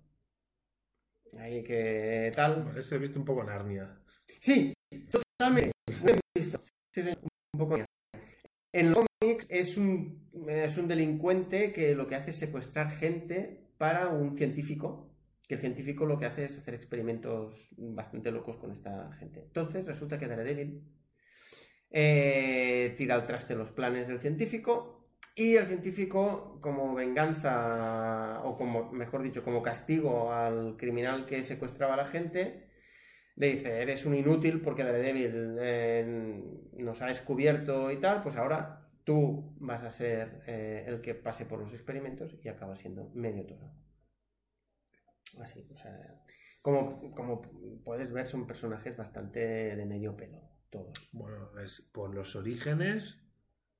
Speaker 1: Ahí que tal.
Speaker 2: Ese he visto un poco Narnia.
Speaker 1: Sí, totalmente. Muy bien visto. Sí, señor, un poco. En los cómics es un, es un delincuente que lo que hace es secuestrar gente para un científico. Que el científico lo que hace es hacer experimentos bastante locos con esta gente. Entonces resulta que Daredevil eh, tira al traste los planes del científico. Y el científico, como venganza, o como, mejor dicho, como castigo al criminal que secuestraba a la gente, le dice, eres un inútil porque Daredevil eh, nos ha descubierto y tal, pues ahora tú vas a ser eh, el que pase por los experimentos y acaba siendo medio toro. Así, o sea, como, como puedes ver, son personajes bastante de medio pelo, todos.
Speaker 2: Bueno, es por los orígenes,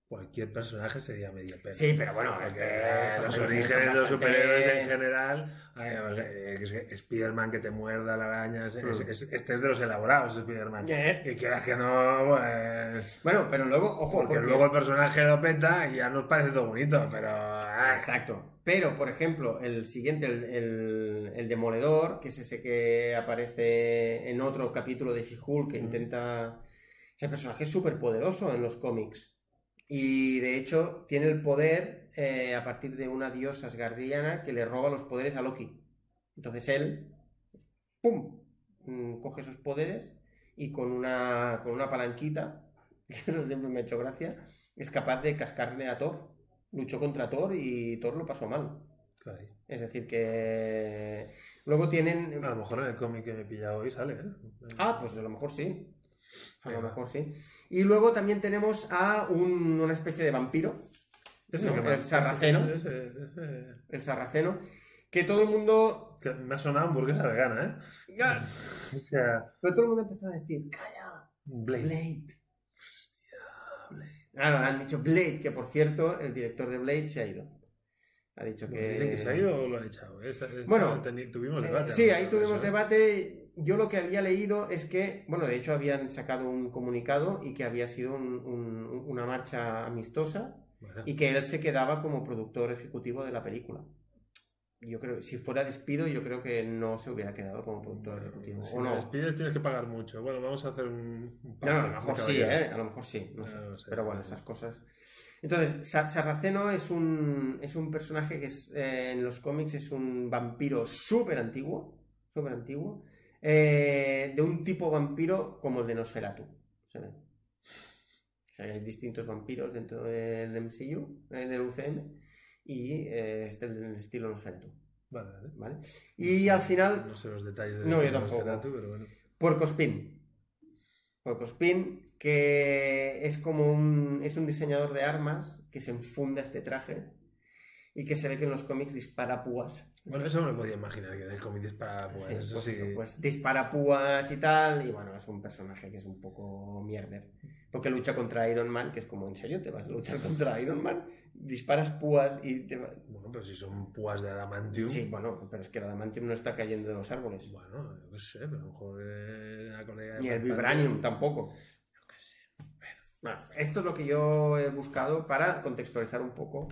Speaker 2: cualquier personaje sería medio pelo.
Speaker 1: Sí, pero bueno,
Speaker 2: Porque
Speaker 1: este- estos
Speaker 2: los orígenes
Speaker 1: orígenes son
Speaker 2: de los
Speaker 1: bastante-
Speaker 2: superhéroes en general, ay, o sea, eh, que se- Spider-Man que te muerda la araña, es- es-
Speaker 1: Mm.
Speaker 2: es- este es de los elaborados, Spider-Man.
Speaker 1: Eh,
Speaker 2: Y quieras que no, pues,
Speaker 1: Bueno, pero luego, ojo,
Speaker 2: porque
Speaker 1: porque-
Speaker 2: luego el personaje lo peta y ya nos parece todo bonito, pero... ah,
Speaker 1: Exacto. Pero, por ejemplo, el siguiente, el, el- el demoledor, que es ese que aparece en otro capítulo de She-Hulk, que
Speaker 2: Mm.
Speaker 1: intenta... Ese personaje es súper poderoso en los cómics. Y, de hecho, tiene el poder eh, a partir de una diosa asgardiana que le roba los poderes a Loki. Entonces él, ¡pum!, Mm, coge esos poderes y con una, con una palanquita, que eso siempre me ha hecho gracia, es capaz de cascarle a Thor. Luchó contra Thor y Thor lo pasó mal.
Speaker 2: caray.
Speaker 1: Es decir, que luego tienen...
Speaker 2: A lo mejor en el cómic que me he pillado hoy sale, ¿eh?
Speaker 1: Ah, pues a lo mejor sí. A lo
Speaker 2: Venga.
Speaker 1: mejor sí. Y luego también tenemos a un- una especie de vampiro,
Speaker 2: Ese
Speaker 1: no,
Speaker 2: que
Speaker 1: pero
Speaker 2: me-
Speaker 1: es sarraceno.
Speaker 2: ese- ese-
Speaker 1: el sarraceno, que todo el mundo...
Speaker 2: que me ha sonado hamburguesa vegana, ¿eh? O sea,
Speaker 1: Pero todo el mundo empezó a decir, calla,
Speaker 2: Blade.
Speaker 1: Blade. Ah, no, han dicho Blade, que por cierto, el director de Blade se ha ido. Ha dicho que.
Speaker 2: ¿Dicen que se ha ido o lo han echado? Esta- esta-
Speaker 1: Bueno,
Speaker 2: teni- tuvimos
Speaker 1: Eh,
Speaker 2: debate.
Speaker 1: sí, ahí
Speaker 2: ¿no?
Speaker 1: tuvimos
Speaker 2: Eso.
Speaker 1: debate. Yo lo que había leído es que, bueno, de hecho habían sacado un comunicado y que había sido un- un- una marcha amistosa
Speaker 2: Bueno,
Speaker 1: y que él se quedaba como productor ejecutivo de la película. Yo creo, si fuera despido, yo creo que no se hubiera quedado como productor ejecutivo.
Speaker 2: si
Speaker 1: o
Speaker 2: me
Speaker 1: no.
Speaker 2: despides tienes que pagar mucho. Bueno, vamos a hacer un... un
Speaker 1: No, no, a
Speaker 2: pacto
Speaker 1: lo
Speaker 2: de
Speaker 1: mejor sí,
Speaker 2: caballero.
Speaker 1: ¿eh? A lo mejor sí. no sé.
Speaker 2: Ah, no sé.
Speaker 1: Pero bueno, esas cosas. Entonces, Sa- Sarraceno es un, es un personaje que es, eh, en los cómics es un vampiro súper antiguo, súper antiguo, eh, de un tipo vampiro como el de Nosferatu. se ve. O sea, que hay distintos vampiros dentro del MCU, eh, del UCM, y eh, es del estilo Nosferatu,
Speaker 2: Vale, vale.
Speaker 1: ¿vale? Y al final,
Speaker 2: No sé los detalles de
Speaker 1: No,
Speaker 2: este
Speaker 1: yo tampoco.
Speaker 2: Nosferatu, pero bueno.
Speaker 1: Puercospin. Puercospin, que es como un. es un diseñador de armas que se enfunda este traje y que se ve que en los cómics dispara púas.
Speaker 2: Bueno, eso me lo podía imaginar, que en el cómic dispara pues,
Speaker 1: Sí,
Speaker 2: eso
Speaker 1: pues
Speaker 2: sí.
Speaker 1: eso, pues dispara púas y tal. Y bueno, es un personaje que es un poco mierder. Porque lucha contra Iron Man, que es como, ¿en serio te vas a luchar contra Iron Man? Disparas púas y te va-
Speaker 2: Bueno, pero si son púas de adamantium.
Speaker 1: Sí, bueno, pero es que el adamantium no está cayendo de los árboles.
Speaker 2: Pues Bueno, yo qué sé, pero a lo mejor eh, la colega de
Speaker 1: Ni el
Speaker 2: Black
Speaker 1: vibranium
Speaker 2: Panther-
Speaker 1: tampoco.
Speaker 2: Yo qué sé.
Speaker 1: Bueno, esto es lo que yo he buscado para contextualizar un poco.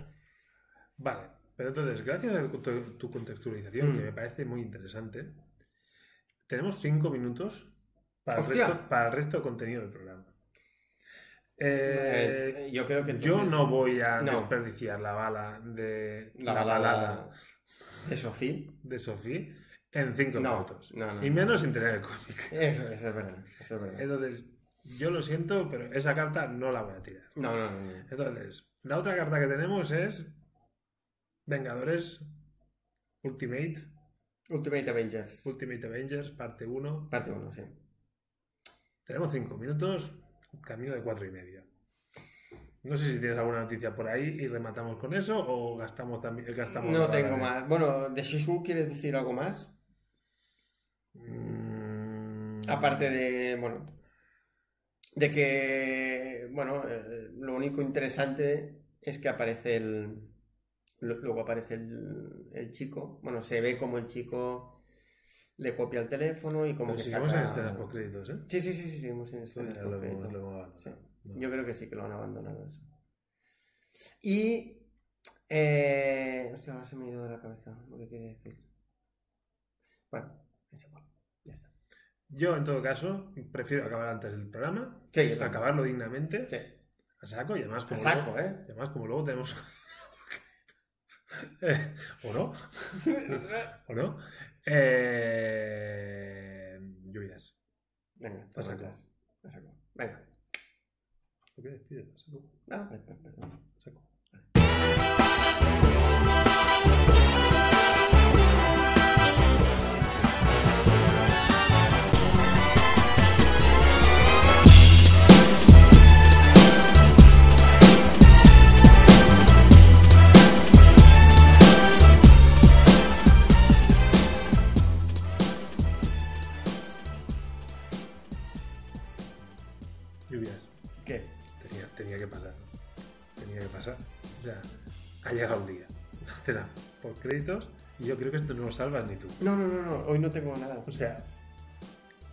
Speaker 2: Vale, pero entonces, gracias a tu, tu contextualización,
Speaker 1: Mm.
Speaker 2: que me parece muy interesante, tenemos cinco minutos para, el
Speaker 1: Hostia.
Speaker 2: resto, para el resto de contenido del programa. Eh,
Speaker 1: Eh, yo creo que
Speaker 2: yo
Speaker 1: entonces-
Speaker 2: no voy a
Speaker 1: No.
Speaker 2: desperdiciar la bala de la,
Speaker 1: la, balada
Speaker 2: balada
Speaker 1: de Sofía.
Speaker 2: de Sofía en cinco
Speaker 1: No,
Speaker 2: minutos.
Speaker 1: no, no,
Speaker 2: y
Speaker 1: no.
Speaker 2: menos sin tener el cómic.
Speaker 1: Eso, eso es verdad. Eso es verdad.
Speaker 2: Entonces, yo lo siento, pero esa carta no la voy a tirar.
Speaker 1: No, no, no, no.
Speaker 2: Entonces, la otra carta que tenemos es Vengadores Ultimate,
Speaker 1: Ultimate Avengers.
Speaker 2: Ultimate Avengers, parte 1.
Speaker 1: Parte 1, sí.
Speaker 2: Tenemos 5 minutos, camino de 4 y medio. No sé si tienes alguna noticia por ahí y rematamos con eso o gastamos también. Gastamos
Speaker 1: No
Speaker 2: la
Speaker 1: tengo
Speaker 2: bala.
Speaker 1: más. Bueno, ¿de Shishu quieres decir algo más?
Speaker 2: Mm,
Speaker 1: Aparte de, bueno, de que, bueno, eh, lo único interesante es que aparece el, lo- luego aparece el, el chico, bueno, se ve como el chico le copia el teléfono y como
Speaker 2: Pero
Speaker 1: que
Speaker 2: sigamos
Speaker 1: saca-
Speaker 2: en escenas por créditos, ¿eh?
Speaker 1: Sí, sí, sí, sí, seguimos en escenas
Speaker 2: Ya lo-
Speaker 1: post-crédito.
Speaker 2: lo hemos
Speaker 1: Sí.
Speaker 2: abandonado. No.
Speaker 1: Yo creo que sí que lo han abandonado eso. Y. Eh, hostia, ahora se me ha ido de la cabeza lo que quiere decir. Bueno, es igual. Ya está.
Speaker 2: Yo, en todo caso, prefiero acabar antes del programa,
Speaker 1: Sí, yo también.
Speaker 2: acabarlo dignamente,
Speaker 1: Sí,
Speaker 2: a saco y además
Speaker 1: a
Speaker 2: como luego-
Speaker 1: saco, ¿eh?
Speaker 2: Y Además, como luego tenemos. Eh, ¿O no? ¿O no? Eh, Lluvias.
Speaker 1: Venga, pues
Speaker 2: A saco.
Speaker 1: aguantas. A saco. Venga.
Speaker 2: ¿Por qué despides? Saco,
Speaker 1: Ah, per- per- perdón.
Speaker 2: saco. Lluvias.
Speaker 1: ¿Qué?
Speaker 2: Tenía, tenía que pasar. Tenía que pasar. O sea, ha llegado un día. Te dan por créditos y yo creo que esto no lo salvas ni tú.
Speaker 1: No, no, no, no. Hoy no tengo nada.
Speaker 2: O sea,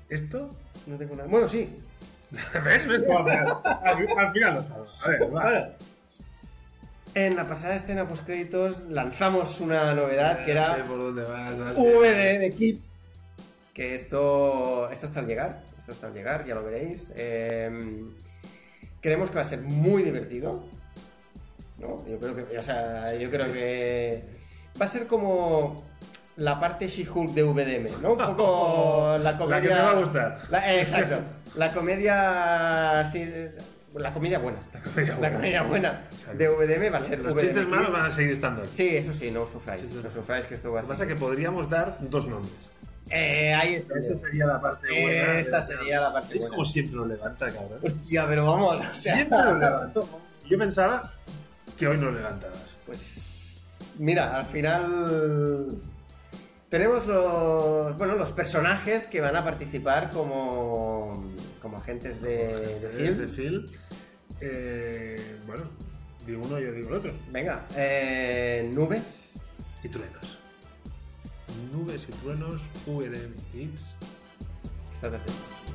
Speaker 2: esto.
Speaker 1: No tengo nada. Bueno, sí.
Speaker 2: ¿Ves? ¿Ves? cómo Al, al final lo salvas. A ver, va.
Speaker 1: Ahora, En la pasada escena post créditos lanzamos una novedad que era.
Speaker 2: No sé por dónde vas. vas.
Speaker 1: VD de Kids. Que esto, esto está al llegar, esto está al llegar, ya lo veréis. Eh, creemos que va a ser muy divertido. ¿no? Yo creo que, o sea, yo creo que va a ser como la parte She-Hulk de VDM, ¿no? Un poco la comedia.
Speaker 2: La que te va a gustar.
Speaker 1: la- eh, exacto. La comedia así, la comedia buena.
Speaker 2: La comedia
Speaker 1: La
Speaker 2: buena.
Speaker 1: comedia buena de VDM va a ser
Speaker 2: Los
Speaker 1: VDM
Speaker 2: chistes malos
Speaker 1: Kids.
Speaker 2: van a seguir estando. ahí.
Speaker 1: Sí, eso sí, no os sufráis.
Speaker 2: Chistes
Speaker 1: No
Speaker 2: malos.
Speaker 1: sufráis que esto va a
Speaker 2: Lo que
Speaker 1: ser.
Speaker 2: pasa es que podríamos dar dos nombres.
Speaker 1: Eh, ahí está.
Speaker 2: Esa sería la parte
Speaker 1: Eh,
Speaker 2: buena.
Speaker 1: esta sería la parte
Speaker 2: Es
Speaker 1: buena.
Speaker 2: como siempre lo levanta, cabrón.
Speaker 1: Hostia, pero vamos. O sea,
Speaker 2: Siempre lo levanto. Yo pensaba que hoy no levantabas.
Speaker 1: Pues. Mira, al final. Tenemos los. Bueno, los personajes que van a participar como. como agentes de, de film.
Speaker 2: De Phil. Eh, bueno, digo uno, yo digo el otro.
Speaker 1: Venga, eh, nubes.
Speaker 2: Y truenos. Nubes y truenos, VDM Kids.
Speaker 1: Estad atentos.